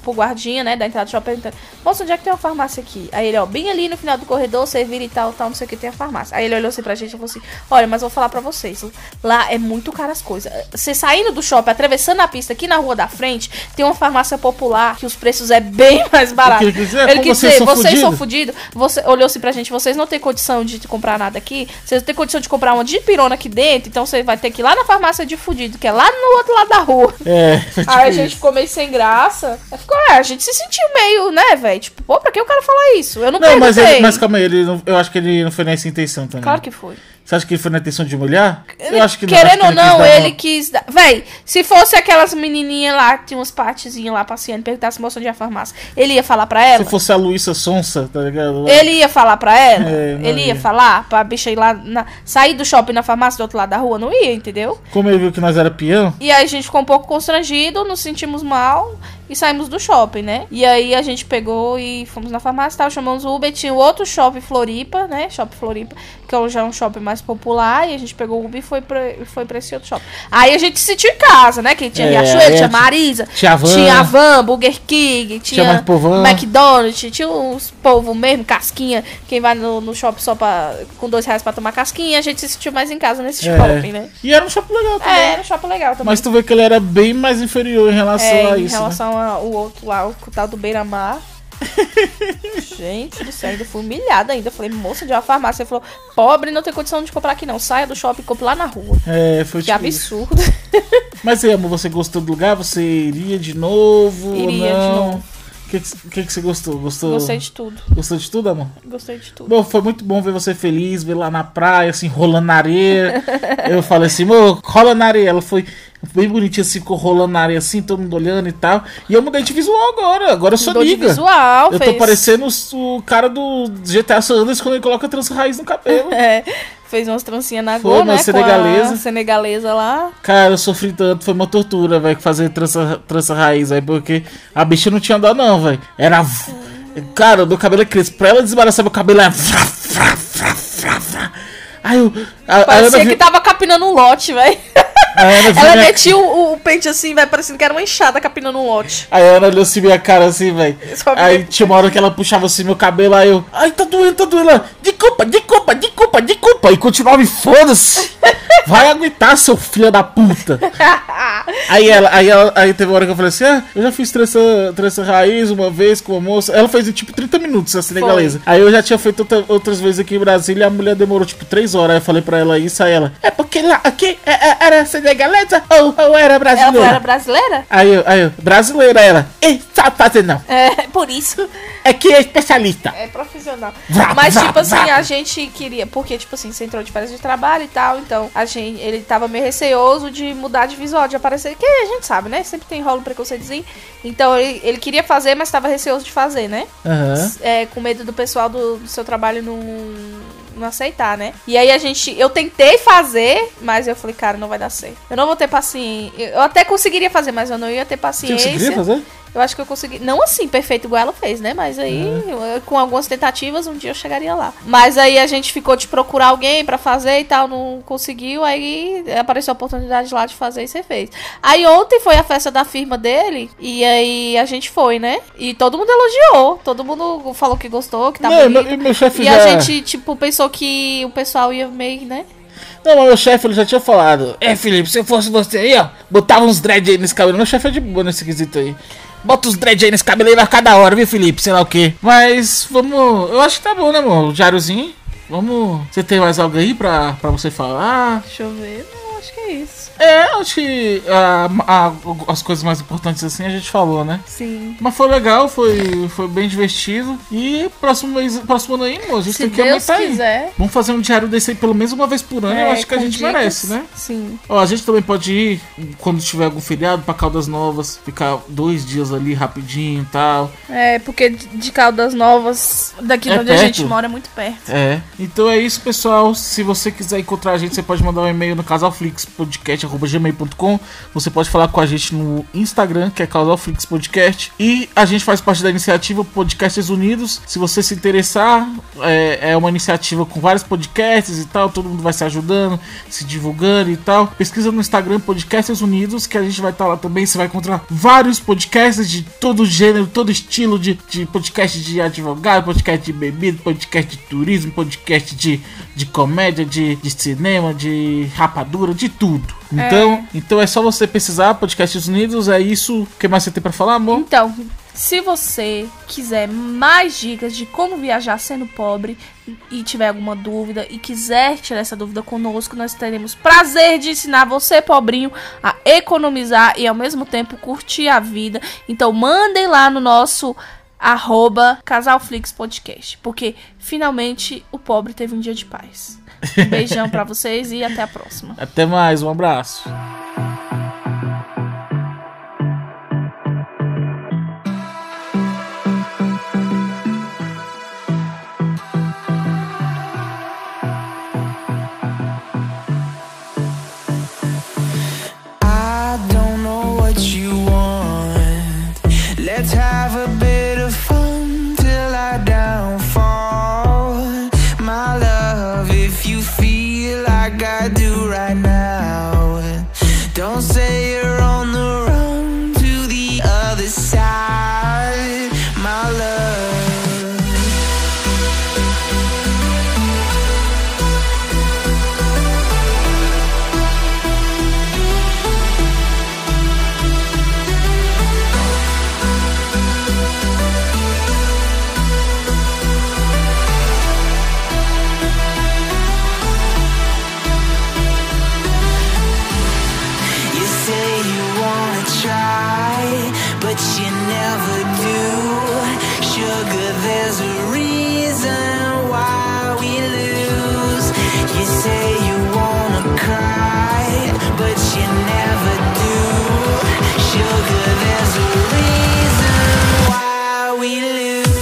Speaker 1: pro guardinha, né, da entrada do shopping. Então, Moça, onde é que tem uma farmácia aqui? Aí ele, ó, bem ali no final do corredor, você vira e tal, tal, não sei o que, tem a farmácia. Aí ele olhou assim pra gente e falou assim, olha, mas vou falar pra vocês, lá é muito caro as coisas. Você saindo do shopping, atravessando a pista, aqui na rua da frente, tem uma farmácia popular que os preços é bem mais barato.
Speaker 2: Ele quis dizer, como
Speaker 1: quis
Speaker 2: vocês
Speaker 1: dizer,
Speaker 2: são
Speaker 1: vocês são
Speaker 2: fudidos."
Speaker 1: fudido, você olhou-se pra gente, vocês não têm condição de comprar nada aqui, vocês não têm condição de comprar uma de pirona aqui dentro, então você vai ter que ir lá na farmácia de fudido, que é lá no outro lado da rua.
Speaker 2: É, foi tipo
Speaker 1: Aí a
Speaker 2: isso.
Speaker 1: gente ficou meio sem graça. Aí Ficou, é, a gente se sentiu meio, né, velho? Tipo, pô, pra que o cara falar isso? Eu não,
Speaker 2: Não, mas,
Speaker 1: perguntei.
Speaker 2: ele, mas calma aí, ele não- eu acho que ele não foi nessa intenção também.
Speaker 1: Claro que foi.
Speaker 2: Você acha que ele foi na intenção de humilhar?
Speaker 1: Eu acho que não. Querendo ou não, ele quis dar. Véi, se fosse aquelas menininhas lá, que tinha umas partezinhas lá passeando, perguntasse moça onde é a farmácia, ele ia falar pra ela?
Speaker 2: Se fosse a Luísa Sonsa, tá ligado?
Speaker 1: Ele ia falar pra ela?
Speaker 2: É, não
Speaker 1: ele ia
Speaker 2: ia.
Speaker 1: falar pra bicha ir lá, na- sair do shopping na farmácia do outro lado da rua? Não ia, entendeu?
Speaker 2: Como ele viu que nós era peão,
Speaker 1: E aí a gente ficou um pouco constrangido, nos sentimos mal e saímos do shopping, né? E aí a gente pegou e fomos na farmácia e tal, chamamos o Uber, tinha o outro shopping Floripa, né? Shopping Floripa, que é já é um shopping mais popular, e a gente pegou o Uber e foi pra, foi pra esse outro shopping. Aí a gente se sentiu em casa, né? Que tinha
Speaker 2: É,
Speaker 1: Riachuelo,
Speaker 2: é,
Speaker 1: tinha
Speaker 2: tinha-
Speaker 1: Marisa,
Speaker 2: tinha van,
Speaker 1: tinha a Van, Burger King, tinha,
Speaker 2: Tinha mais povão.
Speaker 1: McDonald's, tinha uns povo mesmo, casquinha, quem vai no, no shopping só pra, com dois reais pra tomar casquinha, a gente se sentiu mais em casa nesse
Speaker 2: É.
Speaker 1: shopping, né?
Speaker 2: E era um shopping legal também.
Speaker 1: É, era um shopping legal também.
Speaker 2: Mas tu vê que ele era bem mais inferior em relação
Speaker 1: É,
Speaker 2: a
Speaker 1: em
Speaker 2: isso. né?
Speaker 1: relação ao outro lá, o tal do Beira-Mar. Gente do céu, ainda fui humilhada ainda. Falei, moça de uma farmácia. Ele falou, pobre, não tem condição de comprar aqui não. Saia do shopping e compre lá na rua.
Speaker 2: É, foi
Speaker 1: Que
Speaker 2: tipo isso.
Speaker 1: absurdo.
Speaker 2: Mas e, amor, você gostou do lugar? Você iria de novo?
Speaker 1: Iria de
Speaker 2: não?
Speaker 1: novo.
Speaker 2: O que, que- que que você gostou? Gostou?
Speaker 1: Gostei de tudo.
Speaker 2: Gostou de tudo, amor?
Speaker 1: Gostei de tudo.
Speaker 2: Bom, foi muito bom ver você feliz, ver lá na praia, assim, rolando na areia. Eu falei assim, amor, rola na areia. Ela foi bem bonitinha, assim, ficou rolando na areia, assim, todo mundo olhando e tal. E eu mudei de visual agora, agora eu sou
Speaker 1: Mudou de
Speaker 2: amiga.
Speaker 1: visual,
Speaker 2: Eu tô
Speaker 1: fez.
Speaker 2: parecendo os- o cara do GTA San Andreas quando ele coloca trança raiz no cabelo.
Speaker 1: É, fez umas trancinhas na
Speaker 2: Foi
Speaker 1: Gol,
Speaker 2: uma
Speaker 1: né? Com
Speaker 2: senegalesa.
Speaker 1: a senegalesa lá.
Speaker 2: Cara, eu sofri tanto, foi uma tortura, velho, fazer trança, trança raiz, velho, porque a bicha não tinha andado, não, velho. Era. v- Cara, o meu cabelo é crespo. Pra ela desembaraçar meu cabelo, é. Vrá, vrá, vrá, vrá, vrá. Aí eu. A, a Ana,
Speaker 1: Parecia
Speaker 2: vi-
Speaker 1: que tava capinando um lote, velho.
Speaker 2: a Ana viu
Speaker 1: Ela
Speaker 2: minha-
Speaker 1: metia o, o pente assim, velho, parecendo que era uma enxada capinando um lote.
Speaker 2: Aí a Ana olhou assim minha cara assim, velho.
Speaker 1: Só me-
Speaker 2: Aí tinha uma hora que ela puxava assim meu cabelo, aí eu. Ai, tá doendo, tá doendo. Ela, Desculpa, desculpa, desculpa, desculpa. E continuava me foda-se. Vai aguentar, seu filho da puta. Aí ela, aí ela, aí teve uma hora que eu falei assim: ah, eu já fiz trança, trança raiz uma vez com uma moça. Ela fez em tipo 30 minutos, a senegalesa. Aí eu já tinha feito outra- outras vezes aqui em Brasília e a mulher demorou tipo 3 horas. Aí eu falei pra ela isso, aí ela, é porque lá aqui é- é- era senegalesa ou, ou era
Speaker 1: Ela
Speaker 2: brasileira?
Speaker 1: falou, era brasileira?
Speaker 2: Aí eu, aí eu, brasileira ela, ei, sabe fazer não.
Speaker 1: É, por isso.
Speaker 2: É que é especialista.
Speaker 1: É profissional.
Speaker 2: Vrá,
Speaker 1: Mas,
Speaker 2: vrá,
Speaker 1: tipo assim,
Speaker 2: vrá.
Speaker 1: a gente queria. Porque, tipo assim, você entrou de férias de trabalho e tal. Então, a gente, ele tava meio receoso de mudar de visual, de aparecer. Que a gente sabe, né? Sempre tem rolo preconceitozinho. Então, ele, ele queria fazer, mas tava receoso de fazer, né?
Speaker 2: Aham.
Speaker 1: É, com medo do pessoal do, do seu trabalho não, não aceitar, né? E aí a gente. Eu tentei fazer, mas eu falei, cara, não vai dar certo. Eu não vou ter paciência. Eu até conseguiria fazer, mas eu não ia ter
Speaker 2: Você
Speaker 1: paciência.
Speaker 2: conseguiria fazer?
Speaker 1: Eu acho que eu consegui. Não assim, perfeito igual ela fez, né? Mas aí,
Speaker 2: Uhum.
Speaker 1: eu- eu- com algumas tentativas, um dia eu chegaria lá. Mas aí a gente ficou de procurar alguém pra fazer e tal, não conseguiu. Aí apareceu a oportunidade lá de fazer e você fez. Aí ontem foi a festa da firma dele. E aí a gente foi, né? E todo mundo elogiou. Todo mundo falou que gostou, que tá
Speaker 2: não, é. e
Speaker 1: bonito.
Speaker 2: meu, e meu chefe
Speaker 1: E
Speaker 2: já.
Speaker 1: a gente, tipo, pensou que o pessoal ia meio, né?
Speaker 2: Não, mas meu chefe ele já tinha falado. É, Felipe, se eu fosse você aí, ó, botava uns dread aí nesse cabelo. Meu chefe é de boa nesse quesito aí. Bota uns dread aí nesse cabelo aí, vai ficar da hora, viu, Felipe? Sei lá o quê. Mas vamos. Eu acho que tá bom, né, amor? O diáriozinho. Vamos. Você tem mais algo aí pra, pra você falar?
Speaker 1: Deixa eu ver. Não, acho que é isso.
Speaker 2: É, acho que ah, ah, as coisas mais importantes assim a gente falou, né?
Speaker 1: Sim.
Speaker 2: Mas foi legal, foi, foi bem divertido. E próximo mês, próximo ano aí, amor, a gente
Speaker 1: Se
Speaker 2: tem que
Speaker 1: Deus
Speaker 2: aumentar aí.
Speaker 1: quiser.
Speaker 2: Vamos fazer um diário desse aí pelo menos uma vez por ano, eu
Speaker 1: É,
Speaker 2: acho que a
Speaker 1: com
Speaker 2: gente
Speaker 1: dicas.
Speaker 2: merece, né?
Speaker 1: Sim.
Speaker 2: Ó, a gente também pode ir, quando tiver algum feriado, pra Caldas Novas, ficar dois dias ali rapidinho e tal.
Speaker 1: É, porque de de Caldas Novas, daqui de
Speaker 2: É
Speaker 1: onde a gente
Speaker 2: perto?
Speaker 1: mora, é muito perto.
Speaker 2: É. Então é isso, pessoal. Se você quiser encontrar a gente, você pode mandar um e-mail no casalflixpodcast.gmail.com. Você pode falar com a gente no Instagram, que é casalflixpodcast. E a gente faz parte da iniciativa Podcasts Unidos. Se você se interessar, é, é uma iniciativa com vários podcasts e tal. Todo mundo vai se ajudando, se divulgando e tal. Pesquisa no Instagram Podcasts Unidos, que a gente vai estar lá também. Você vai encontrar vários podcasts de todo gênero, todo estilo de, de podcast de advogado, podcast de bebida, podcast de turismo, podcast de, de comédia, de, de cinema, de rapadura, de tudo. Então, então é só você pesquisar Podcasts Unidos, é isso. O que mais você tem pra falar, amor?
Speaker 1: Então, se você quiser mais dicas de como viajar sendo pobre e tiver alguma dúvida e quiser tirar essa dúvida conosco, nós teremos prazer de ensinar você, pobrinho, a economizar e ao mesmo tempo curtir a vida. Então, mandem lá no nosso arroba Casalflix Podcast, porque finalmente o pobre teve um dia de paz. Um beijão pra vocês e até a próxima.
Speaker 2: Até mais, um abraço.
Speaker 3: I don't know what you want. Let's have a bit of fun till I downfall. My love, if you feel like I do right now, don't say you're on the run to the other side. My love. You say you wanna try, but you never do. Sugar, there's a reason why we lose. You say you wanna cry, but you never do. Sugar, there's a reason why we lose.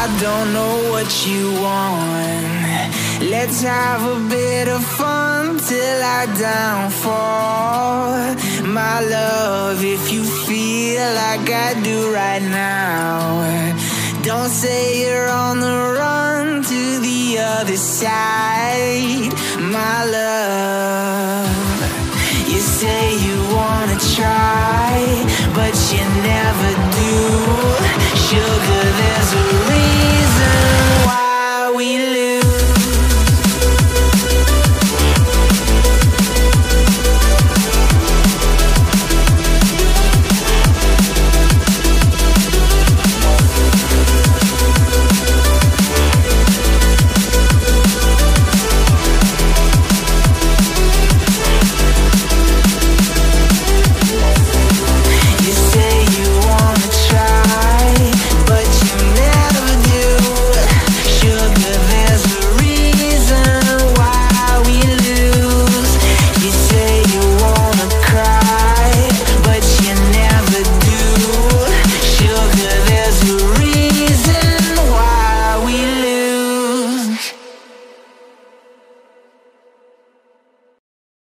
Speaker 3: I don't know what you want. Let's have a bit of fun till I downfall. My love, if you feel like I do right now, don't say you're on the run to the other side. My love, you say you